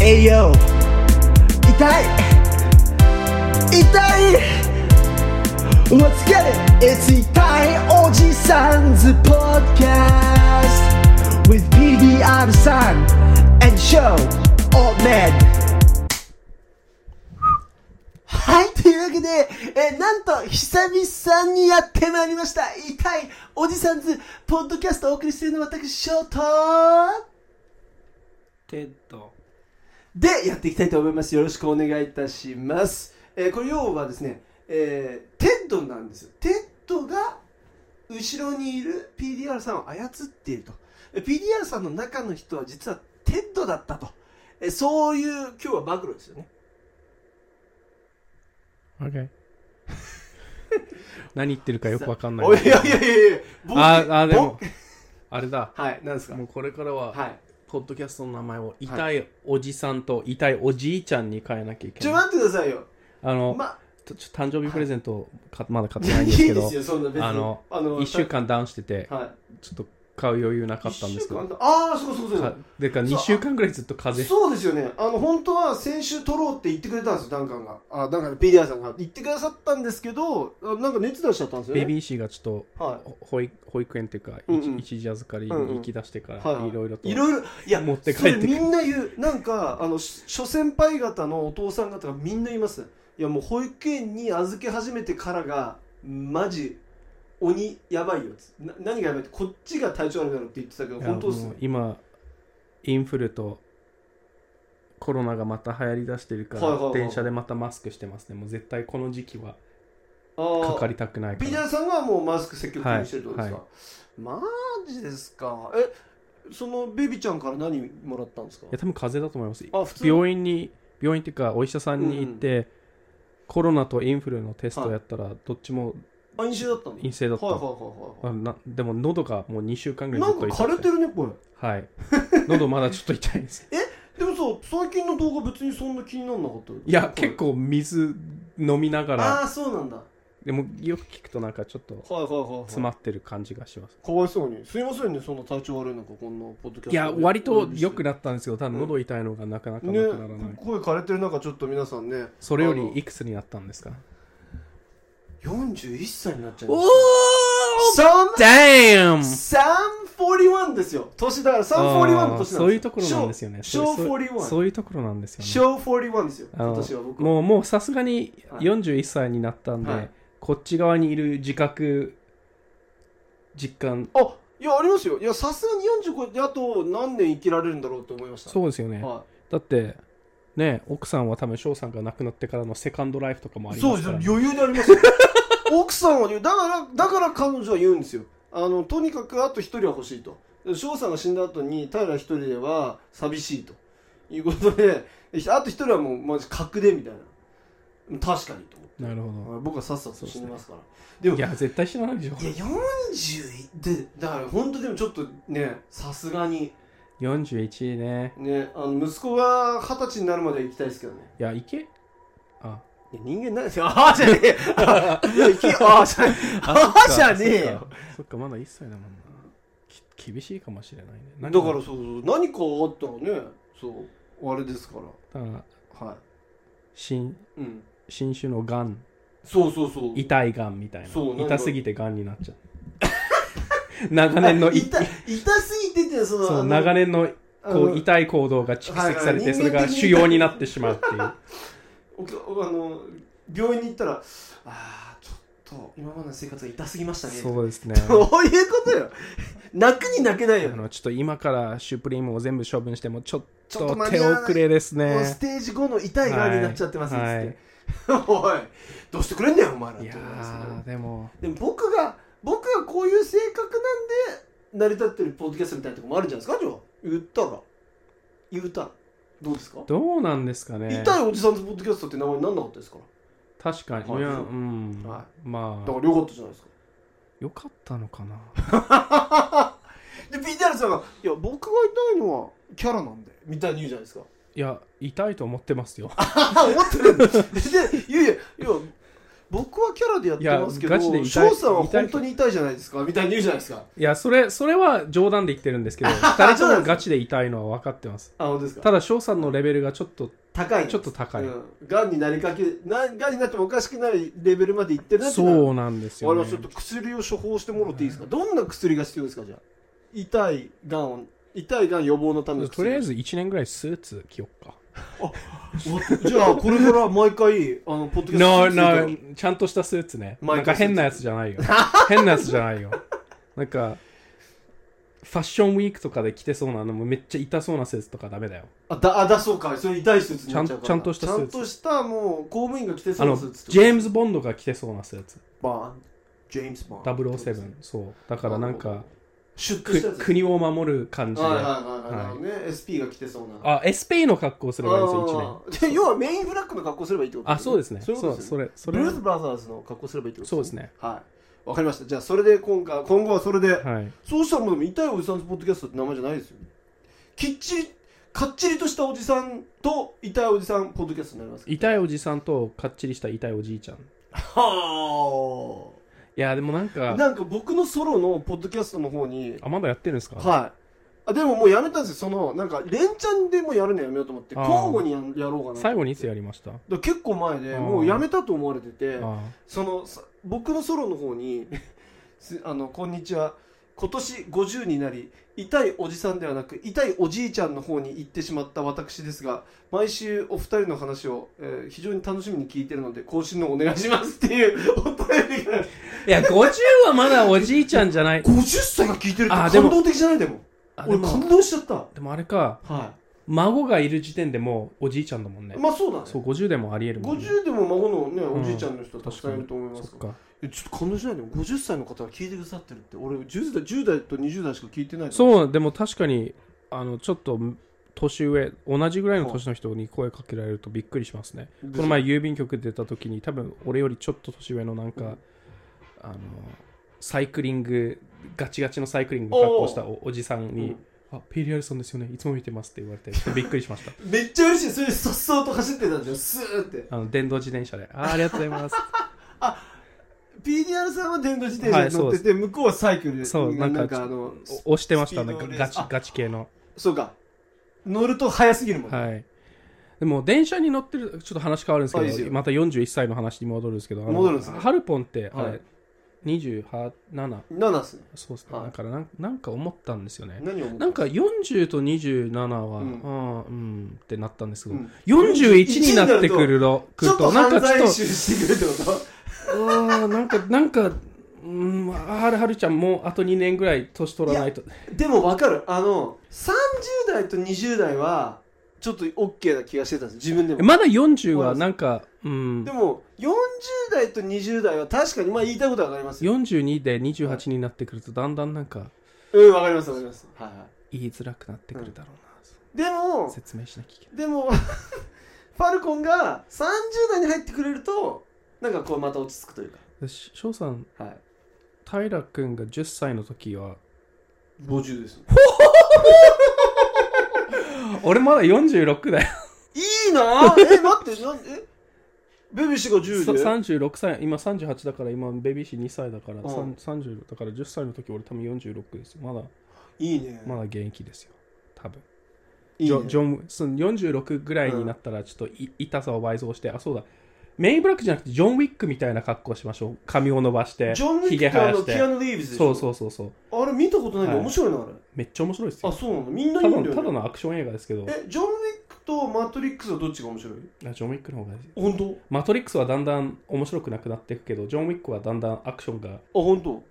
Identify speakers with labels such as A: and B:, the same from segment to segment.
A: 栄養痛い痛い Let's get it! It's 痛いおじさんズポッ d c a s t With BBR さん and show all men はい、というわけで、えーなんと、久々にやってまいりました。痛いおじさんズポッドキャストをお送りしているのは私、ショート
B: テッド
A: でやっていきたいと思います。よろしくお願いいたします。えーこれ要はですね、えーテッドなんですよ。テッドが後ろにいる PDR さんを操っていると。えー PDR さんの中の人は実はテッドだったと。えーそういう、今日は暴露ですよね。
B: OK 何言ってるかよくわかんない
A: おいやいやいやいや、僕
B: ああで。も
A: 僕
B: あれだ
A: はい、なんですか。
B: もうこれからは、
A: はい。
B: ポッドキャストの名前を痛いおじさんと痛いおじいちゃんに変えなきゃいけ
A: ちょ、
B: ない
A: 待ってくださいよ。
B: あの、
A: ま、
B: ちょちょ誕生日プレゼントをか まだ買っ
A: い
B: てな
A: や
B: い ん
A: いい
B: ですけ
A: で
B: ど
A: すよ、そんな別に。
B: あの1週。間ダウンしてて
A: はい。
B: ちょっと買う余裕なかったんです
A: 一
B: けど
A: 週間ああ、そうそうそうそう。
B: かでから
A: そう
B: 2週間ぐらいずっと風邪
A: そうですよね。あの、本当は先週撮ろうって言ってくれたんですよ、ダンカンが。あ、ダンカン、PDR さんが。言ってくださったんですけど、あなんか熱出しちゃったんですよね。
B: ベビーシーがちょっ
A: は
B: と保育保育園っていうか、
A: うんうん
B: 一一時預かりに行き出してから、
A: うんうんはいはい
B: いろいろと
A: い。いろいろ、いや、
B: 持って帰っ
A: そ
B: て
A: れみんな言う。なんか、あの、し諸先輩方のお父さん方がみんな言います。いや、もう保育園に預け始めてからが、マジ、鬼、やばいよっつ。な何がやばいって、こっちが体調悪くなるって言ってたけど、
B: いや
A: 本当っす
B: もう
A: ね。
B: 今インフルとコロナがまた流行りだしてるから、
A: はいはいはい
B: 電車でまたマスクしてますねもう絶対この時期は
A: あ
B: か
A: ー
B: かりたくないか
A: ピータ
B: ら
A: ーさんはもうマスク積極的にしてるってことですか、
B: は
A: マジですかえそのベビちゃんから何もらったんですか
B: いや多分風邪だと思います
A: あ普通
B: 病院に病院っていうかお医者さんに行って、コロナとインフルのテストをやったら、どっちも
A: あ陰性だったの
B: 陰性だった、
A: はいはいはい
B: あなでも喉がもう2週間ぐらい
A: は
B: ず
A: い
B: っ
A: な
B: と
A: んか枯れ
B: 痛く
A: てるねこれ
B: はい喉まだちょっと痛 いです
A: でもさ最近の動画別にそんな気にならなかった
B: いや結構水飲みながら
A: ああーそうなんだは
B: でもよく聞くとなんかちょっと
A: いはいはい、はい、
B: 詰まってる感じがします
A: かわいそうにすいませんねそんな体調悪い中こんなポッドキャスト
B: いや、割と良く
A: な
B: なったんですよ。ただ、喉痛いのがなかなかな
A: ね
B: くならない。
A: 声枯れてる中ちょっと皆さんね
B: それより、いくつになったんですか
A: あの41歳になっちゃいま
B: お
A: した
B: ー
A: そん
B: !Damn!
A: 341ですよ年だから341の年なんですよ
B: そういうところなんですよね。
A: 小
B: そう
A: 小
B: そう
A: 41
B: そういうところなんですよね。
A: 小41ですよ
B: あの
A: 今年は僕は
B: もう、もうさすがに
A: はい
B: 41歳になったんで、
A: はい
B: こっち側にいる自覚、実感、
A: あいやありますよいやさすがに45であと何年生きられるんだろうと思いました
B: そうですよね。
A: は
B: だって、ね、奥さんは多分翔さんが亡くなってからのセカンドライフとかもあ
A: い、
B: り
A: そ
B: ま
A: うですすよ
B: から、ね、
A: 余裕でありますよ 奥さんは言うだからだから彼女は言うんですよあのとにかくあと一人は欲しいとで翔さんが死んだ後に平一人では寂しいということでであと一人はもうマジ格でみたいな確かにと思って
B: なるほ
A: あ僕はさっさと
B: そうです
A: 死
B: ね
A: んでますからで
B: ど。
A: も
B: いや、絶対知らないでしょ。
A: いや40でだから本当でもちょっとねさすがに
B: 41ね。
A: ねあの息子が二十歳になるまでは行きたいですけどね
B: いや、いけあ、
A: いや人間なん ですよああじゃねえあいや行けああじゃねえああじゃねえよ
B: そっか、まだ1歳だもんな。き厳しいかもしれないね。
A: だ
B: 何
A: からそうそう何かあったらねそうあれですか
B: だから
A: らは
B: 新、
A: いうん
B: 新種のがん、
A: そうそうそう
B: 痛いがんみたいな。
A: そうなんか
B: 痛すぎてがんになっちゃう。 長年の
A: あ
B: い、
A: 痛い痛すぎててその
B: そ
A: あの
B: う長年の
A: あ
B: こ
A: の
B: う痛い行動が蓄積され
A: はいは
B: て、
A: い
B: それが腫瘍になってしま うっていう。
A: おきおあの病院に行ったらああちょっと今までの生活が痛すぎましたね
B: そうですね。
A: そういうことよ。泣くに泣けない
B: あ
A: よ。
B: のちょっと今からシュプリームを全部処分してもちょっ
A: ちょっと
B: と
A: 間に
B: 手
A: 合わない
B: 遅れです
A: もう
B: ね
A: ス。テージ5の痛い側になっちゃってますっつっ
B: はい
A: て。おい、どうしてくれんだよ、お前らっ
B: い
A: て
B: や
A: 思いますけど
B: ー、でも、
A: でも僕が、僕がこういう性格なんで、成り立ってるポッドキャストみたいなとこもあるじゃないですか、じゃあ。言ったら。言うたら。どうですか、
B: どうなんですかね。
A: 痛いおじさんズポッドキャストって名前になんなかったですから。
B: 確かに、
A: はい
B: いやうん、
A: は
B: ま
A: だ
B: あ
A: からよかったじゃないですか。
B: よかったのかな
A: で、ピーターさんが、いや、僕が痛いのはキャラなんで、みたいに言うじゃないですか。
B: いや痛いと思ってますよ
A: あ思ってるんだでいやいやいや僕はキャラでやってますけ
B: いやガチで
A: ど
B: 痛い
A: 翔さんは
B: 痛い
A: 本当に痛いじゃないですかみたいに言うじゃないですか
B: いや、それ、それは冗談で言ってる んですけど、
A: 談
B: 二人ともガチで痛いのは分かってます。
A: あ本当ですか
B: ただ、翔さんのレベルがちょっと、
A: 高い
B: ちょっと高い。
A: うん、がんになりかけながんになってもおかしくないレベルまでいってるなっていうのは
B: そうなんですよ、
A: あ
B: ね。
A: のちょっと薬を処方してもろっていいですか、どんな薬が必要ですかじゃあ痛いがんを痛いがん予防のための薬
B: とりあえず1年ぐらいスーツ着よっか。
A: おじゃあこれから毎回あのポッドキャスト
B: No,
A: について
B: no, ちゃんとしたスーツね。
A: 毎
B: な
A: 回
B: んか変なやつじ ゃないよ。変なやつじゃないよ。なんか、ファッションウィークとかで着てそうな、あのめっちゃ痛そうなスーツとかダメだよ。
A: あだあだそうかそれ痛いスーツになっちゃうから
B: ちゃんちゃんとしたスーツ
A: ちゃんとしたもう公務員が着て
B: あ
A: そう
B: の、
A: なス
B: ジ
A: ーツ
B: ェー
A: ム
B: ムズ・ボンドが着てそうなスーツ。
A: バーンジェームズ・バーン
B: 007。そう。だからなん
A: なる
B: か、
A: シュッと
B: く
A: したやつ
B: 国を守る感じで。
A: はいはい
B: あ、
A: はいはい、ね SP が着てそうな
B: SP の格好をすればいいんですよ、1年。
A: あーで要はメインフラッグの格好すればいいってこと
B: あ、そうですね。
A: そ
B: そ
A: いううこ
B: う、
A: とです
B: そ
A: よね
B: れ、そ
A: ブ
B: れ
A: ルー。ス・ブラザーズの格好すればいいってこと
B: そうですね。
A: はい。わかりました。じゃあ、それで今回、今後はそれで、
B: はい。
A: そうしたらもうでも、痛いおじさんとポッドキャストって名前じゃないですよ。きっちり、かっちりとしたおじさんと、痛いおじさん、ポッドキャストになります。
B: 痛いおじさんと、かっちりした痛いおじいちゃん。い
A: は
B: や、でもなんか、
A: なんか僕のソロのポッドキャストの方に、
B: あ、まだやってるんですか
A: はい。あでももうやめたんですよ、その、なんか、連チャンでもうやるのやめようと思って、
B: あー
A: 交互にややろうかな。
B: 最後にいつやりましたあ
A: だから結構前で、
B: あー
A: もうやめたと思われてて、
B: あ
A: そのさ僕のソロの方に「すあのこんにちは今年50になり痛いおじさんではなく痛いおじいちゃんの方に行ってしまった私ですが毎週お二人の話を、えー非常に楽しみに聞いてるので更新のお願いします」っていうお便りが
B: いや、50はまだおじいちゃんじゃない。
A: 50歳が聞いてるって
B: あ
A: 感
B: でも
A: 動的じゃないでも
B: あで
A: 俺
B: も、
A: 感動しちゃった
B: でもあれか、
A: は
B: 孫がいる時点でもうおじいちゃんだもんね
A: い。まあそうだね
B: そう、50でもありえるもんね。
A: 50でも孫のね
B: ん
A: おじいちゃんの人たくさんいると思います
B: そ
A: か
B: っ
A: ら
B: か。
A: えちょっと感動しないでも50歳の方が聞いてくださってるって俺10代 ,10 代と20代しか聞いてないから
B: そう、でも確かに、あの、ちょっと、年上、同じぐらいの年の人に声かけられるとびっくりしますね。この前郵便局出た時に多分俺よりちょっと年上のなんか、あのサイクリングガチガチのサイクリングの格好したおおじさんに「あペリアルさんですよねいつも見てます」って言われてちょっとびっくりしました
A: めっちゃ嬉しいそれさっそうと走ってたんだよスーって
B: あの電動自転車で「あーありがとうございます」
A: PDR さんは電動自転車
B: はい
A: に
B: そ
A: 乗
B: う
A: って
B: です
A: て、向こうはサイクルで
B: そう
A: な
B: なんん
A: か
B: か
A: あの
B: お押してましたなん
A: スピ
B: か
A: ードレー
B: ガ
A: ス
B: チガチ系の
A: そうか乗ると速すぎるもん、
B: はいでも電車に乗ってるちょっと話変わるんです
A: あいいです
B: け
A: よ
B: どまた41歳の話に戻るんですけどあの
A: 戻るんですね
B: ハルポンってあ
A: は
B: れ
A: い
B: 27
A: 7っすね
B: そうですね
A: はい
B: だからなんなんか思ったんですよね
A: 何を思った
B: なんか40と27は、
A: うん
B: うん、うんってなったんですけど、
A: うん
B: 41になってくると、
A: ちょっと
B: なん
A: 犯
B: かち
A: 罪
B: ょっ
A: 集してくるってこと
B: と、うーんなんか、なんか、うん、はるはるちゃんもうあと2年ぐらい年取らないと。
A: でも分かるあの30代と20代はちょっと OK な気がしてたんです自分でも
B: まだ40はなんか、うん
A: で、も40代と20代は確かにまあ言いたいことは分かりますよ
B: 42で28になってくると、だんだんなんか、
A: うん分かります分かりますはい、は
B: 言いづらくなってくるだろう
A: い、でも
B: な、説明しなきゃいけない。
A: でも ファルコンが30代に入ってくれるとなんかこうまた落ち着くというか、
B: し翔さん、
A: はい、
B: 平君が10歳の時は、
A: 50です
B: 俺まだ46だよ。
A: いいなぁえ待ってなんえベビー氏が10で
B: 36歳今38だから今ベビーシー2歳だから、
A: うん
B: 三30だから10歳の時俺多分46ですよまだ
A: いいね,、
B: まだ現役ですよ多分
A: いい
B: ジ
A: ね
B: ョジョンその46ぐらいになったらちょっとい、痛さを倍増してあそうだメインブラックじゃなくてジョン・ウィックみたいな格好をしましょう髪を伸ばして
A: ジョン・ウィッ
B: ひ
A: ク
B: げ
A: って
B: 生
A: あ
B: や
A: の
B: し
A: キ
B: て
A: アヌ・リーブズでし
B: そ
A: ょ
B: うそうそうそう
A: あれ見たことないけど
B: はい
A: 面白いなあれ、
B: めっちゃ面白いです
A: あ
B: よ
A: そうなのみんな
B: 多
A: 言うんだ
B: 分
A: よ、
B: ただ
A: ね、
B: のアクション映画ですけど
A: えジョン・ウィックとマトリックスはどっちが面白い
B: あジョン・ウィックの方が
A: 本当あ
B: マトリックスはだんだん面白くなくなっていくけどジョン・ウィックはだんだんアクションが
A: 本当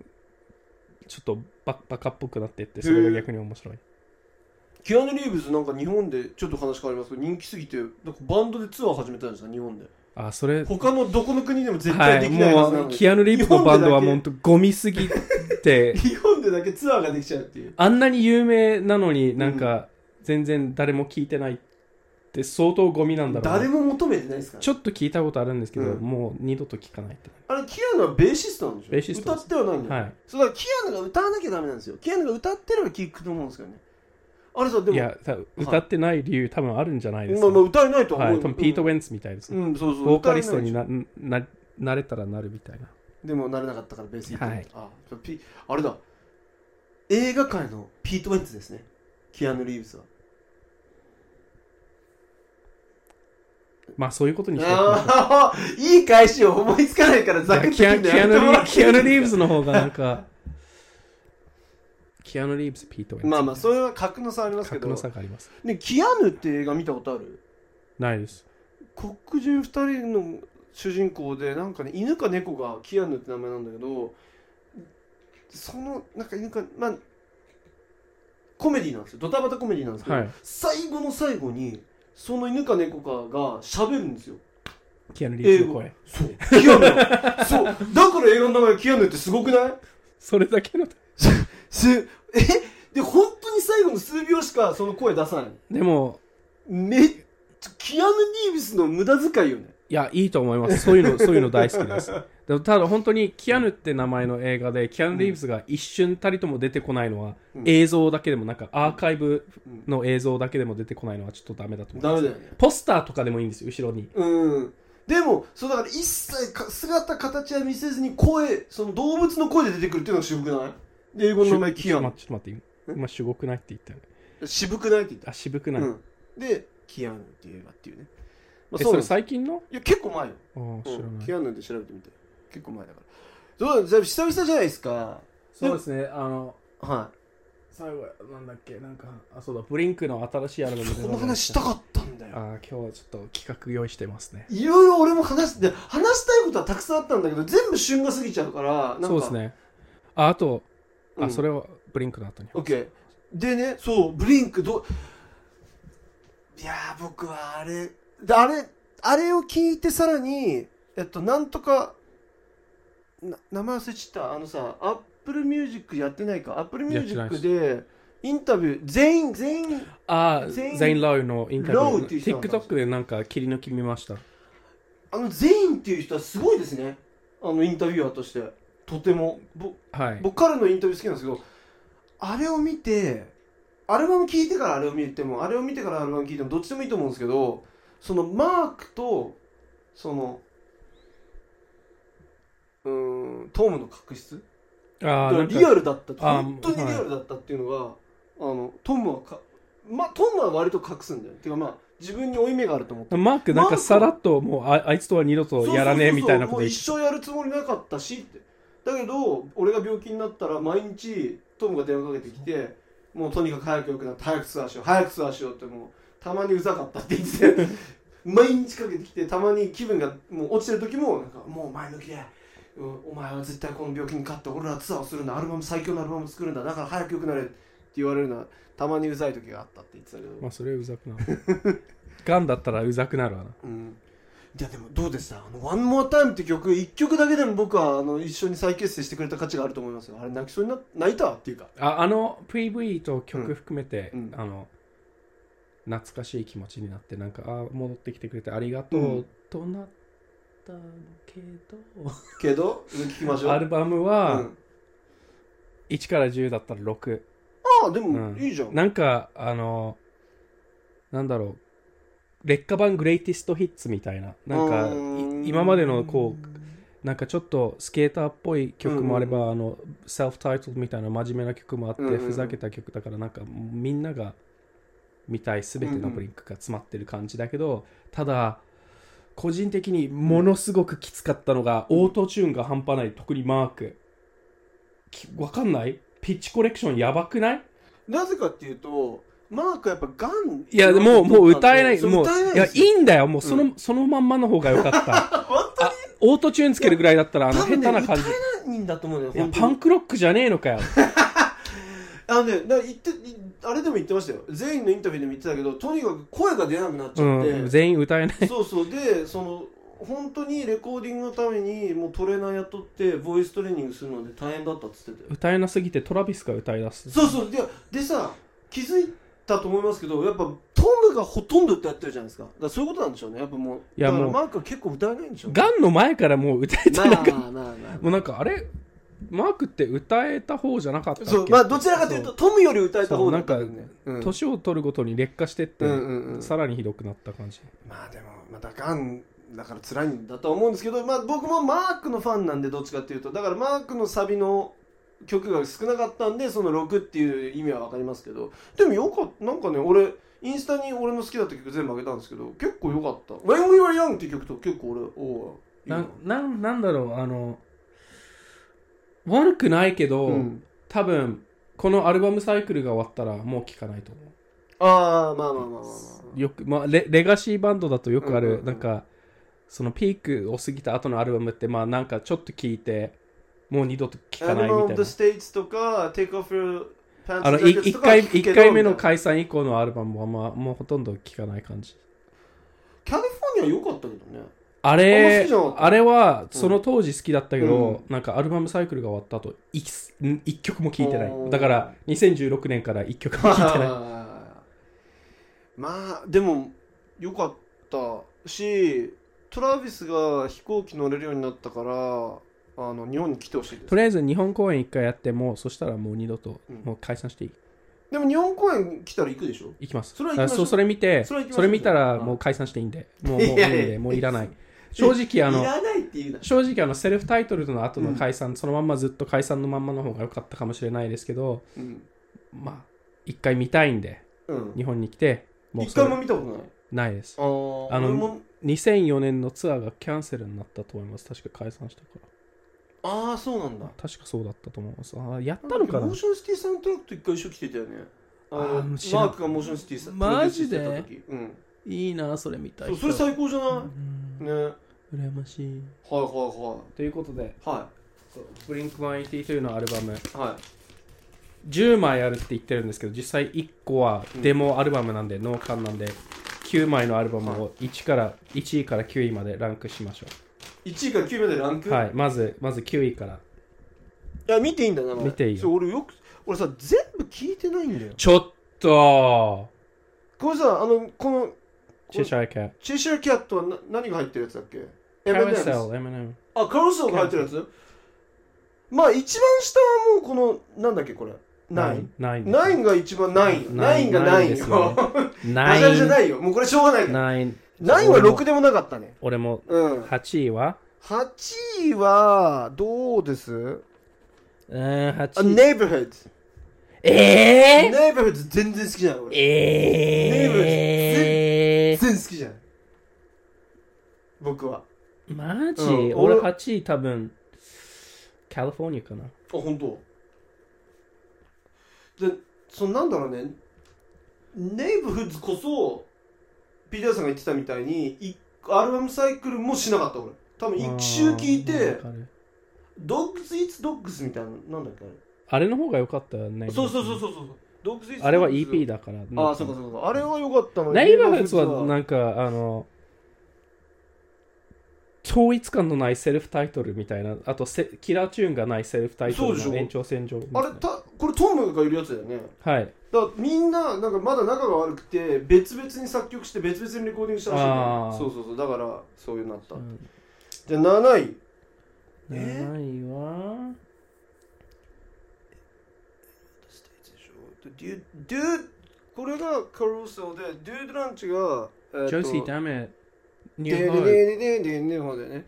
B: ちょっとババカっぽくなっていってそれが逆に面白い
A: キアヌ・リーブズなんか日本でちょっと話変わりますけど人気すぎてなんかバンドでツアー始めたんですか日本で
B: あそれ
A: 他のどこの国でも絶
B: は
A: 対で
B: い、
A: きないはずなの
B: も
A: に
B: うキアヌ・リーブのバンドはもうほんとゴミすぎ て
A: 日本でだけツアーができちゃうっていう
B: あんなに有名なのになんか全然誰も聞いてないって相当ゴミなんだろうな
A: 誰も求めてないですから
B: ちょっと聞いたことあるんですけど、
A: うん
B: もう二度と聞かないって
A: あれキアヌはベーシストなんでしょ
B: ベーシス
A: 歌
B: トです
A: ってはないんだよ、
B: は
A: そうだからキアヌが歌わなきゃダメなんですよキアヌが歌ってれば聞くと思うんですけどねあれさで
B: いい
A: も
B: やた歌ってない理由多分あるんじゃないです
A: まあ
B: か、
A: まあ歌えないとは
B: は
A: 思う
B: い、
A: よ、
B: 多分ピート・ウ
A: ェ
B: ェンツみたいですね、
A: うん、うんそうそう
B: ボーカリストに
A: な
B: なな慣れたらなるみたいな
A: でもなれなかったからベース弾いて
B: はい
A: るあじゃあピあれだ映画界のピート・ウェンツですねキアヌ・リーブスは
B: まあそういうことにしておきましょう
A: あーいい返しを思いつかないからざくっと
B: キ
A: 切
B: ア
A: るの
B: キ
A: や
B: ア
A: め
B: ヌ
A: ても
B: リ
A: らっていいで
B: ー
A: すか
B: キアヌ・リーブスの方がなんかキアヌ・リーブスピートウェンツ
A: まあまあそれは格の差ありますけ
B: 格
A: ど
B: の差があります
A: ねキアヌって映画見たことある
B: ないです
A: 黒人2人の主人公でなんかね犬か猫がキアヌって名前なんだけどそのなんか犬かまあコメディなんですよドタバタコメディなんですけど、
B: はい
A: 最後の最後にその犬か猫かが喋るんですよ
B: キアヌ・リーブス
A: 英
B: の声
A: そうキアヌそうだから映画の名前キアヌってすごくない
B: それだけの
A: すえで本当に最後の数秒しかその声出さない
B: でも
A: めっちゃキアヌ・リーブスの無駄遣いよね
B: いやいいと思いますそ ういうのそういうの大好きですでもただ本当にキアヌって名前の映画でキアヌ・リーブスが一瞬たりとも出てこないの
A: う
B: は、
A: ん
B: 映像だけでもなんかアーカイブ
A: うん
B: の映像だけでも出てこないのはちょっとダメだと思い
A: ダ
B: ま
A: メだ
B: す
A: よね
B: ポスターとかでもいいんですよ後ろに
A: うんでもそうだから一切か姿形は見せずに声その動物の声で出てくるっていうのが渋くないで英語の名前キア
B: ちょ
A: ヌ
B: ちょっと待って今今渋くないって言ったよね
A: 渋くないって言った
B: あ渋くない、
A: うん、でキアヌっていう映画っていうね、まあ、そう
B: えそ
A: なん
B: れ
A: です
B: 最近の
A: いや結構前よ、
B: ああ知
A: う
B: ら
A: ん
B: ない
A: キアヌで調べてみて結構前だからそうだ久々じゃないですか
B: そうですね、あの、
A: は
B: 最後、なんだっけ、なんか、あ、そうだ、ブリンクの新しいアルバ
A: い
B: ムで
A: その話したかったんだ
B: あ
A: よ
B: ー今日はちょっと企画用意してますね。
A: いろいろ俺も話して話したいことはたくさんあったんだけど全部旬が過ぎちゃうからなんか
B: そうですね。あ、あと、
A: う
B: あ、
A: ん
B: それはブリンクの後に。
A: オッケーでねそうブリンクどいやー僕はあれであれあれを聞いてさらにえっとなんとかな名前忘れちゃったあのさアップルミュージックやってないかアップルミュージックでインタビュー全員全員
B: あ
A: 全員
B: ー、ザイン・ラウのインタビ
A: ラウ
B: ュ
A: っていう
B: ー、
A: 人なんだ
B: TikTok でなんか切り抜き見ました。
A: あの全員っていう人はすごいですねあのインタビュアーとしてとてもぼ
B: はい。
A: 僕彼のインタビュー好きなんですけどあれを見てアルバム聴いてからあれを見てもあれを見てからアルバム聴いてもどっちでもいいと思うんですけどそのマークとそのうーんトムの確執
B: あー、なん
A: リア
B: か、
A: ルだったって
B: あー
A: 本当にリアルだったっていうのが、あのトムはか、ま、トムは割と隠すんだよてかまあ自分に負い目があると思って
B: マーク、なんかさらっと、もうあ、あいつとは二度とやらねえみたい
A: そうそうそう
B: なこと
A: そうもう
B: 言って
A: 一生やるつもりなかったしってだけど俺が病気になったら毎日トムが電話かけてきてもうとにかく早く良くなって早くツアーしよう早くツアーしようってもうたまにうざかったって言って て毎日かけてきてたまに気分がもう落ちてる時もなんかもう前向きでうんお前は絶対この病気に勝って俺らツアーをするんだアルバム最強のアルバム作るんだだから早く良くなれって言われるのはたまにうざい時があったって言ってたけど、
B: まあ、それはうざくなる。 ガンだったらうざくなるわな。
A: うんいやでもどうでしたあの「One More Time」って曲一曲だけでも僕はあの一緒に再結成してくれた価値があると思いますよあれ泣きそうにな泣いたっていうか
B: ああの PV と曲含めて、
A: うんうん
B: あの懐かしい気持ちになってなんかあ戻ってきてくれてありがとう、
A: うん
B: となったけ
A: けどうん聞きましょ
B: ど
A: う
B: アルバム
A: う
B: は
A: ん、
B: 1から10だったら6、
A: ああでも、
B: うん
A: いいじゃん
B: なんかあのなんだろう劣化版グレイティストヒッツみたいななんか
A: うーん
B: い今までのこうなんかちょっとスケーターっぽい曲もあれば、あのセルフタイトルみたいな真面目な曲もあって、
A: うんうんうん
B: ふざけた曲だからなんかみんなが見たい全てのブリンクが詰まってる感じだけど、ただ個人的にものすごくきつかったのが、オートチューンが半端ない特にマークきわかんないピッチコレクションやばくない
A: なぜかっていうとマークはやっぱガン
B: いや、もう、もう歌えない。
A: そう
B: もう、
A: 歌えない
B: いや、いいんだよ。もう、その、
A: う
B: そのまんまの方が良 かった。
A: 本
B: あオートチューンつけるぐらいだったら、あの、
A: 多
B: 下手
A: 分ね
B: な感じ。い
A: 当にいいんだと思うのよ
B: や、
A: 本当に
B: パンクロックじゃねえのかよ。
A: あのね、だから言っていあれでも言ってましたよ全員のインタビューでも言ってたけどとにかく声が出なくなっち
B: う
A: ゃって、
B: ん、全員歌えない。
A: そうそうでその本当にレコーディングのためにもうトレーナー雇ってボイストレーニングするので大変だったっつってて
B: 歌えなすぎて、トラビスが歌い出す。
A: そうそうででさ気づいたと思いますけどやっぱトムがほとんど歌ってるじゃないですかだからそういうことなんでしょうねやっぱもう
B: いや
A: だから
B: もう
A: マークは結構歌えないんでしょうね
B: ガンの前からもう歌えて
A: まあ
B: なかった。
A: まあまあま
B: もうなんか、あれマークって歌えた方じゃなかった
A: あ
B: っけ
A: そうまあどちらかというとトムより歌えた方だったけどね
B: そううん年を取るごとに劣化してって、
A: うんうんうん
B: さらにひどくなった感じ。
A: まあでもまたガンだから辛いんだとは思うんですけど、まあ、僕もマークのファンなんでどっちかっていうとだからマークのサビの曲が少なかったんでその6っていう意味は分かりますけどでもよかったなんかね俺インスタに俺の好きだった曲全部あげたんですけど結構良かった「When We Were Young」っていう曲と結構俺おう
B: ななんなんだろうあの悪くないけど、
A: うん、
B: 多分このアルバムサイクルが終わったらもう聴かないと思
A: ああまあまあまあまあま
B: うよく、まあ、レレガシーバンドだとよくある、
A: うんうんうん
B: なんかそのピークを過ぎた後のアルバムってまあなんかちょっと聴いてもう二度と聴
A: あ「
B: かない
A: Animal
B: み
A: of the
B: たいな
A: States」とか「Take Off Your Pants
B: あの
A: Jackets
B: 1
A: とかは
B: 回
A: 聞くけど
B: 一回目の
A: みたいな
B: 解散以降のアルバムは、まあ、もうほとんど聴かない感じ
A: キャリフォルニア良かったけどね
B: あ
A: あんま好き
B: れ
A: じゃなかっ
B: あ
A: た
B: れはその当時好きだったけど、
A: う
B: なんかアルバムサイクルが終わった後一ん一曲も聴いてな
A: あー
B: いだから2016年から一曲も聴いてな
A: ま
B: い
A: あ まあでも良かったしトラビスが飛行機乗れるようになったからあの日本に来てほ しいで
B: と
A: す
B: りあえず日本公演一回やってもうそしたらもう二度と
A: うん
B: もう解散していい、
A: でも日本公演来たら行くでしょ
B: 行きます
A: それは行きましょう
B: うそれ見て
A: そ
B: そ
A: れは
B: れ
A: 行きましょう
B: 見たらもう解散していい んでもうもう
A: い
B: いいん
A: やいや
B: でもうい らない正直あ
A: い
B: の
A: らないって言うな
B: 正直あのセルフタイトルの後の解散、そのまんまずっと解散のまんまの方が良かったかもしれないですけど
A: うん、
B: まあ一回見たいんで
A: うん、
B: 日本に来てもう
A: 一
B: それ
A: 回も見たことない
B: ないです
A: あの
B: あの
A: 俺も
B: 2004年のツアーがキャンセルになったと思います確か解散したか
A: ああそうなんだ
B: ら確かそうだったと思いますあーやったのかな
A: モーションシティサウンドトラックと一回一緒来てたよねあの
B: あ
A: マ
B: ー知らん
A: ークがモーションシティさ
B: マジで
A: プロデュースしてた時うん
B: いいなそれ見た
A: そうそれ最高じゃないねはいは
B: 羨ましい
A: いは
B: ということで
A: いは
B: ブリンク182のアルバム
A: いはい
B: 10枚あるって言ってるんですけど実際1個は
A: うん
B: デモアルバムなんで、ノーカンなんで9枚のアルバムを1から1位から9位までランクしましょ
A: 1位から9位までラン
B: う
A: ク、、
B: はいいまずまず9位から
A: や見ていいんだな
B: 見ていいよ
A: そう俺よく俺さ全部聞いてないんだよ
B: ちょっと
A: これさあのこの
B: チェシャーキャッ
A: チェシャーキャットはな何が入ってるやつだっけ
B: トカルセ
A: M&M's
B: ル M&M
A: あカロセルが入ってるやつまあ一番下はもうこのなんだっけこれナイン
B: ナイン
A: ナインが一番ナインナ
B: ナ
A: イ
B: イ
A: ン
B: ン
A: がナイ
B: ナイン
A: ン
B: です
A: よ
B: よ
A: ダ
B: ナイ
A: ジャレじゃ
B: ン
A: ないよもうこれしょうがないから
B: ナイン
A: ナインはろくでもなかったね
B: 俺も
A: うん
B: 8位は
A: 8位はどうです
B: うーん
A: あ
B: 8位
A: ネイブヘッド
B: えー
A: ネイブヘッド全然好きじゃない俺
B: えー
A: 全然好きじゃない僕はあ
B: マジ、
A: うん
B: 俺
A: 俺
B: 8位多分カリフォルニアかな
A: 本当でそのなんだろうねネイブフッズこそピーターさんが言ってたみたいにいアルバムサイクルもしなかった俺多分一周聞い
B: あー
A: て
B: わかる
A: ドッグズ・イーツ・ドッグズみたいななんだっけあ
B: あれの方が良かったよね
A: れそうそうそうそうそうドッグズ・イーツ
B: あれは EP だから
A: ああそうかそうかあれは良かったの
B: ネイバーフッズは
A: な
B: なんかあの統一感のないセルフタイトルみたいなあとセキラーチューンがないセルフタイトル
A: そうで
B: の
A: しょ
B: 延長線上みた
A: あ
B: い
A: れ
B: な
A: たこれトムがいるやつだよね
B: はい
A: だからみんななんかまだ仲が悪くて別々に作曲して別々にレコーディングしたらしいんだよ
B: あー
A: そうそうそうだからそういうなったじゃあ7位え
B: 7位は
A: デュデュこれがカローソーでデュードランチが
B: ジョシー・
A: ダ
B: ダメニュ
A: デ
B: ー
A: ュ
B: ホール
A: デュデュデュデュデュホールだよね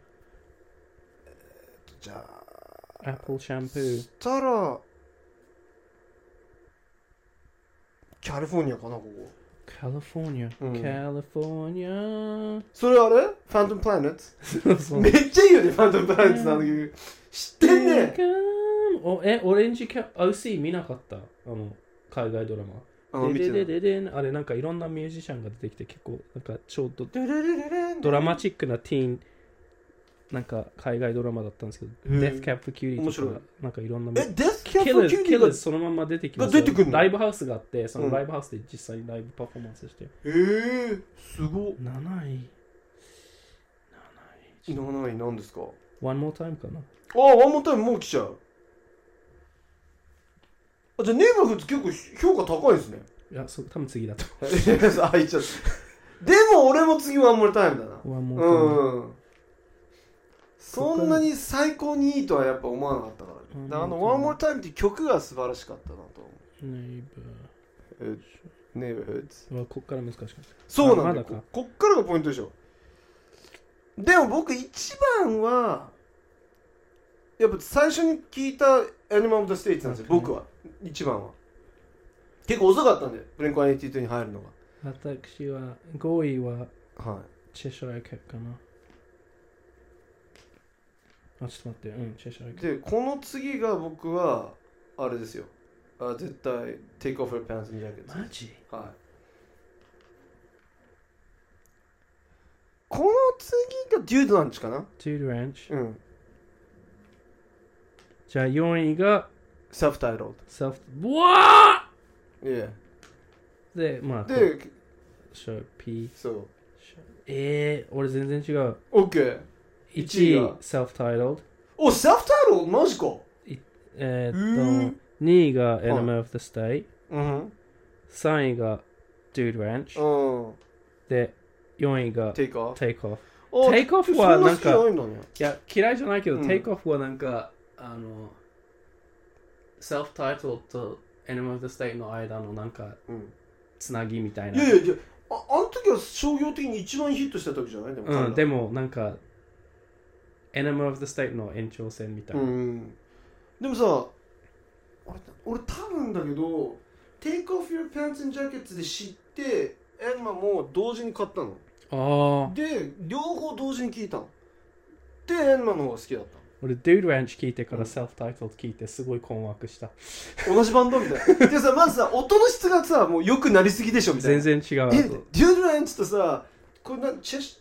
A: えーとじゃあ
B: アップルシャンプー
A: したらキャリフォルニアかなここ
B: カリフォルニアカ
A: うん
B: リフォルニア
A: それあれファントムプラネット
B: そ うそう
A: めっちゃいいよね、ファントムプラネットのあの曲。知ってんね。
B: おえオレンジキャ OC 見なかったあの海外ドラマ
A: あの見て
B: で
A: ない
B: ででででんあれなんかいろんなミュージシャンが出てきて結構なんかちょうど
A: ドゥルルルルン
B: ドラマチックなティーンなんか海外ドラマだったんですけど
A: へー
B: Death Cab for Cutie
A: 面
B: と
A: 白い
B: かなんかいろんな
A: え、デスキャ
B: キ
A: ッ
B: ル
A: プ
B: ズ
A: キュー
B: キ
A: リー
B: ル
A: が
B: ズそのまんま出てきます
A: が出てくんの
B: ライブハウスがあってそ
A: うん
B: のライブハウスで実際にライブパフォーマンスして
A: えー、すごっ。
B: 7位
A: いらない、なんですか
B: One More Time かな
A: あ、ワンモタイムもう来ちゃう。あ、じゃあネイバーフッズ結構評価高いですね。
B: いやそう多分次だと
A: あ、いっちゃった。でも俺も次ワンモタイムだな。
B: One
A: う
B: More Time
A: んうん。そんなに最高にいいとはやっぱ思わなかったから、ね。だからあの、ワンモタイムっていう曲が素晴らしかったなと思う。
B: ネイ
A: ネイバーフッズ。
B: バーはこっから難しかった
A: そうなんだ
B: あまだ
A: よ
B: か
A: ここっからがポイントでしょでも僕一番はやっぱ最初に聞いた「アニマル・オブ・ザ・ステイツ」なんですよ僕は一番は結構遅かったんでブレンコ182に入るの
B: 私は5位は
A: がはい
B: チェシャー客かなあちょっと待ってうんチェシャー客
A: でこの次が僕はあれですよあ絶対 Take off your pants and jacket
B: マジ
A: はいこの次がデュードランチかな
B: トゥードランチ
A: うん
B: じゃあ4位が
A: サブタイト
B: セルフうわ
A: ルいや
B: ーでまあ
A: で
B: シャーピー
A: そう
B: えー、俺全然違う
A: OK 一位が
B: 1位セルフタイトル
A: おサブタイトルマジか
B: え
A: うー
B: ーっ
A: ん
B: と2位が Enemy of the State
A: うん
B: 3位が Dude Ranch
A: うん
B: で4位が
A: Take off
B: Take Off
A: あ
B: Take
A: そ
B: Off
A: んな
B: はな
A: 好
B: ん
A: きじゃ
B: か
A: ないんだね
B: いや嫌いじゃないけど、
A: うん
B: Take Off はなんかあのセルフタイトルと Enemy of the State の間のなんか
A: うん
B: つなぎみたい
A: い
B: な
A: やいやいやああの時は商業的に一番ヒットした時じゃないでも彼ら
B: うん、でもなんか Enemy of the State の延長戦みたいな、
A: うん、でもさ俺俺多分だけど「Take off your pants and jackets」で知ってエンマも同時に買ったの
B: ああ
A: で両方同時に聞いたのでエンマの方が好きだっ
B: 俺 Dude Ranch 聞いてか
A: う
B: ら
A: ん
B: セルフタイトル聞いてすごい困惑した
A: た同じバンドみたいなでさまずさ音の質がさもう良くなりすぎでしょみたい
B: 全
A: な
B: 然違う
A: えデュードランチとさこれなチェシ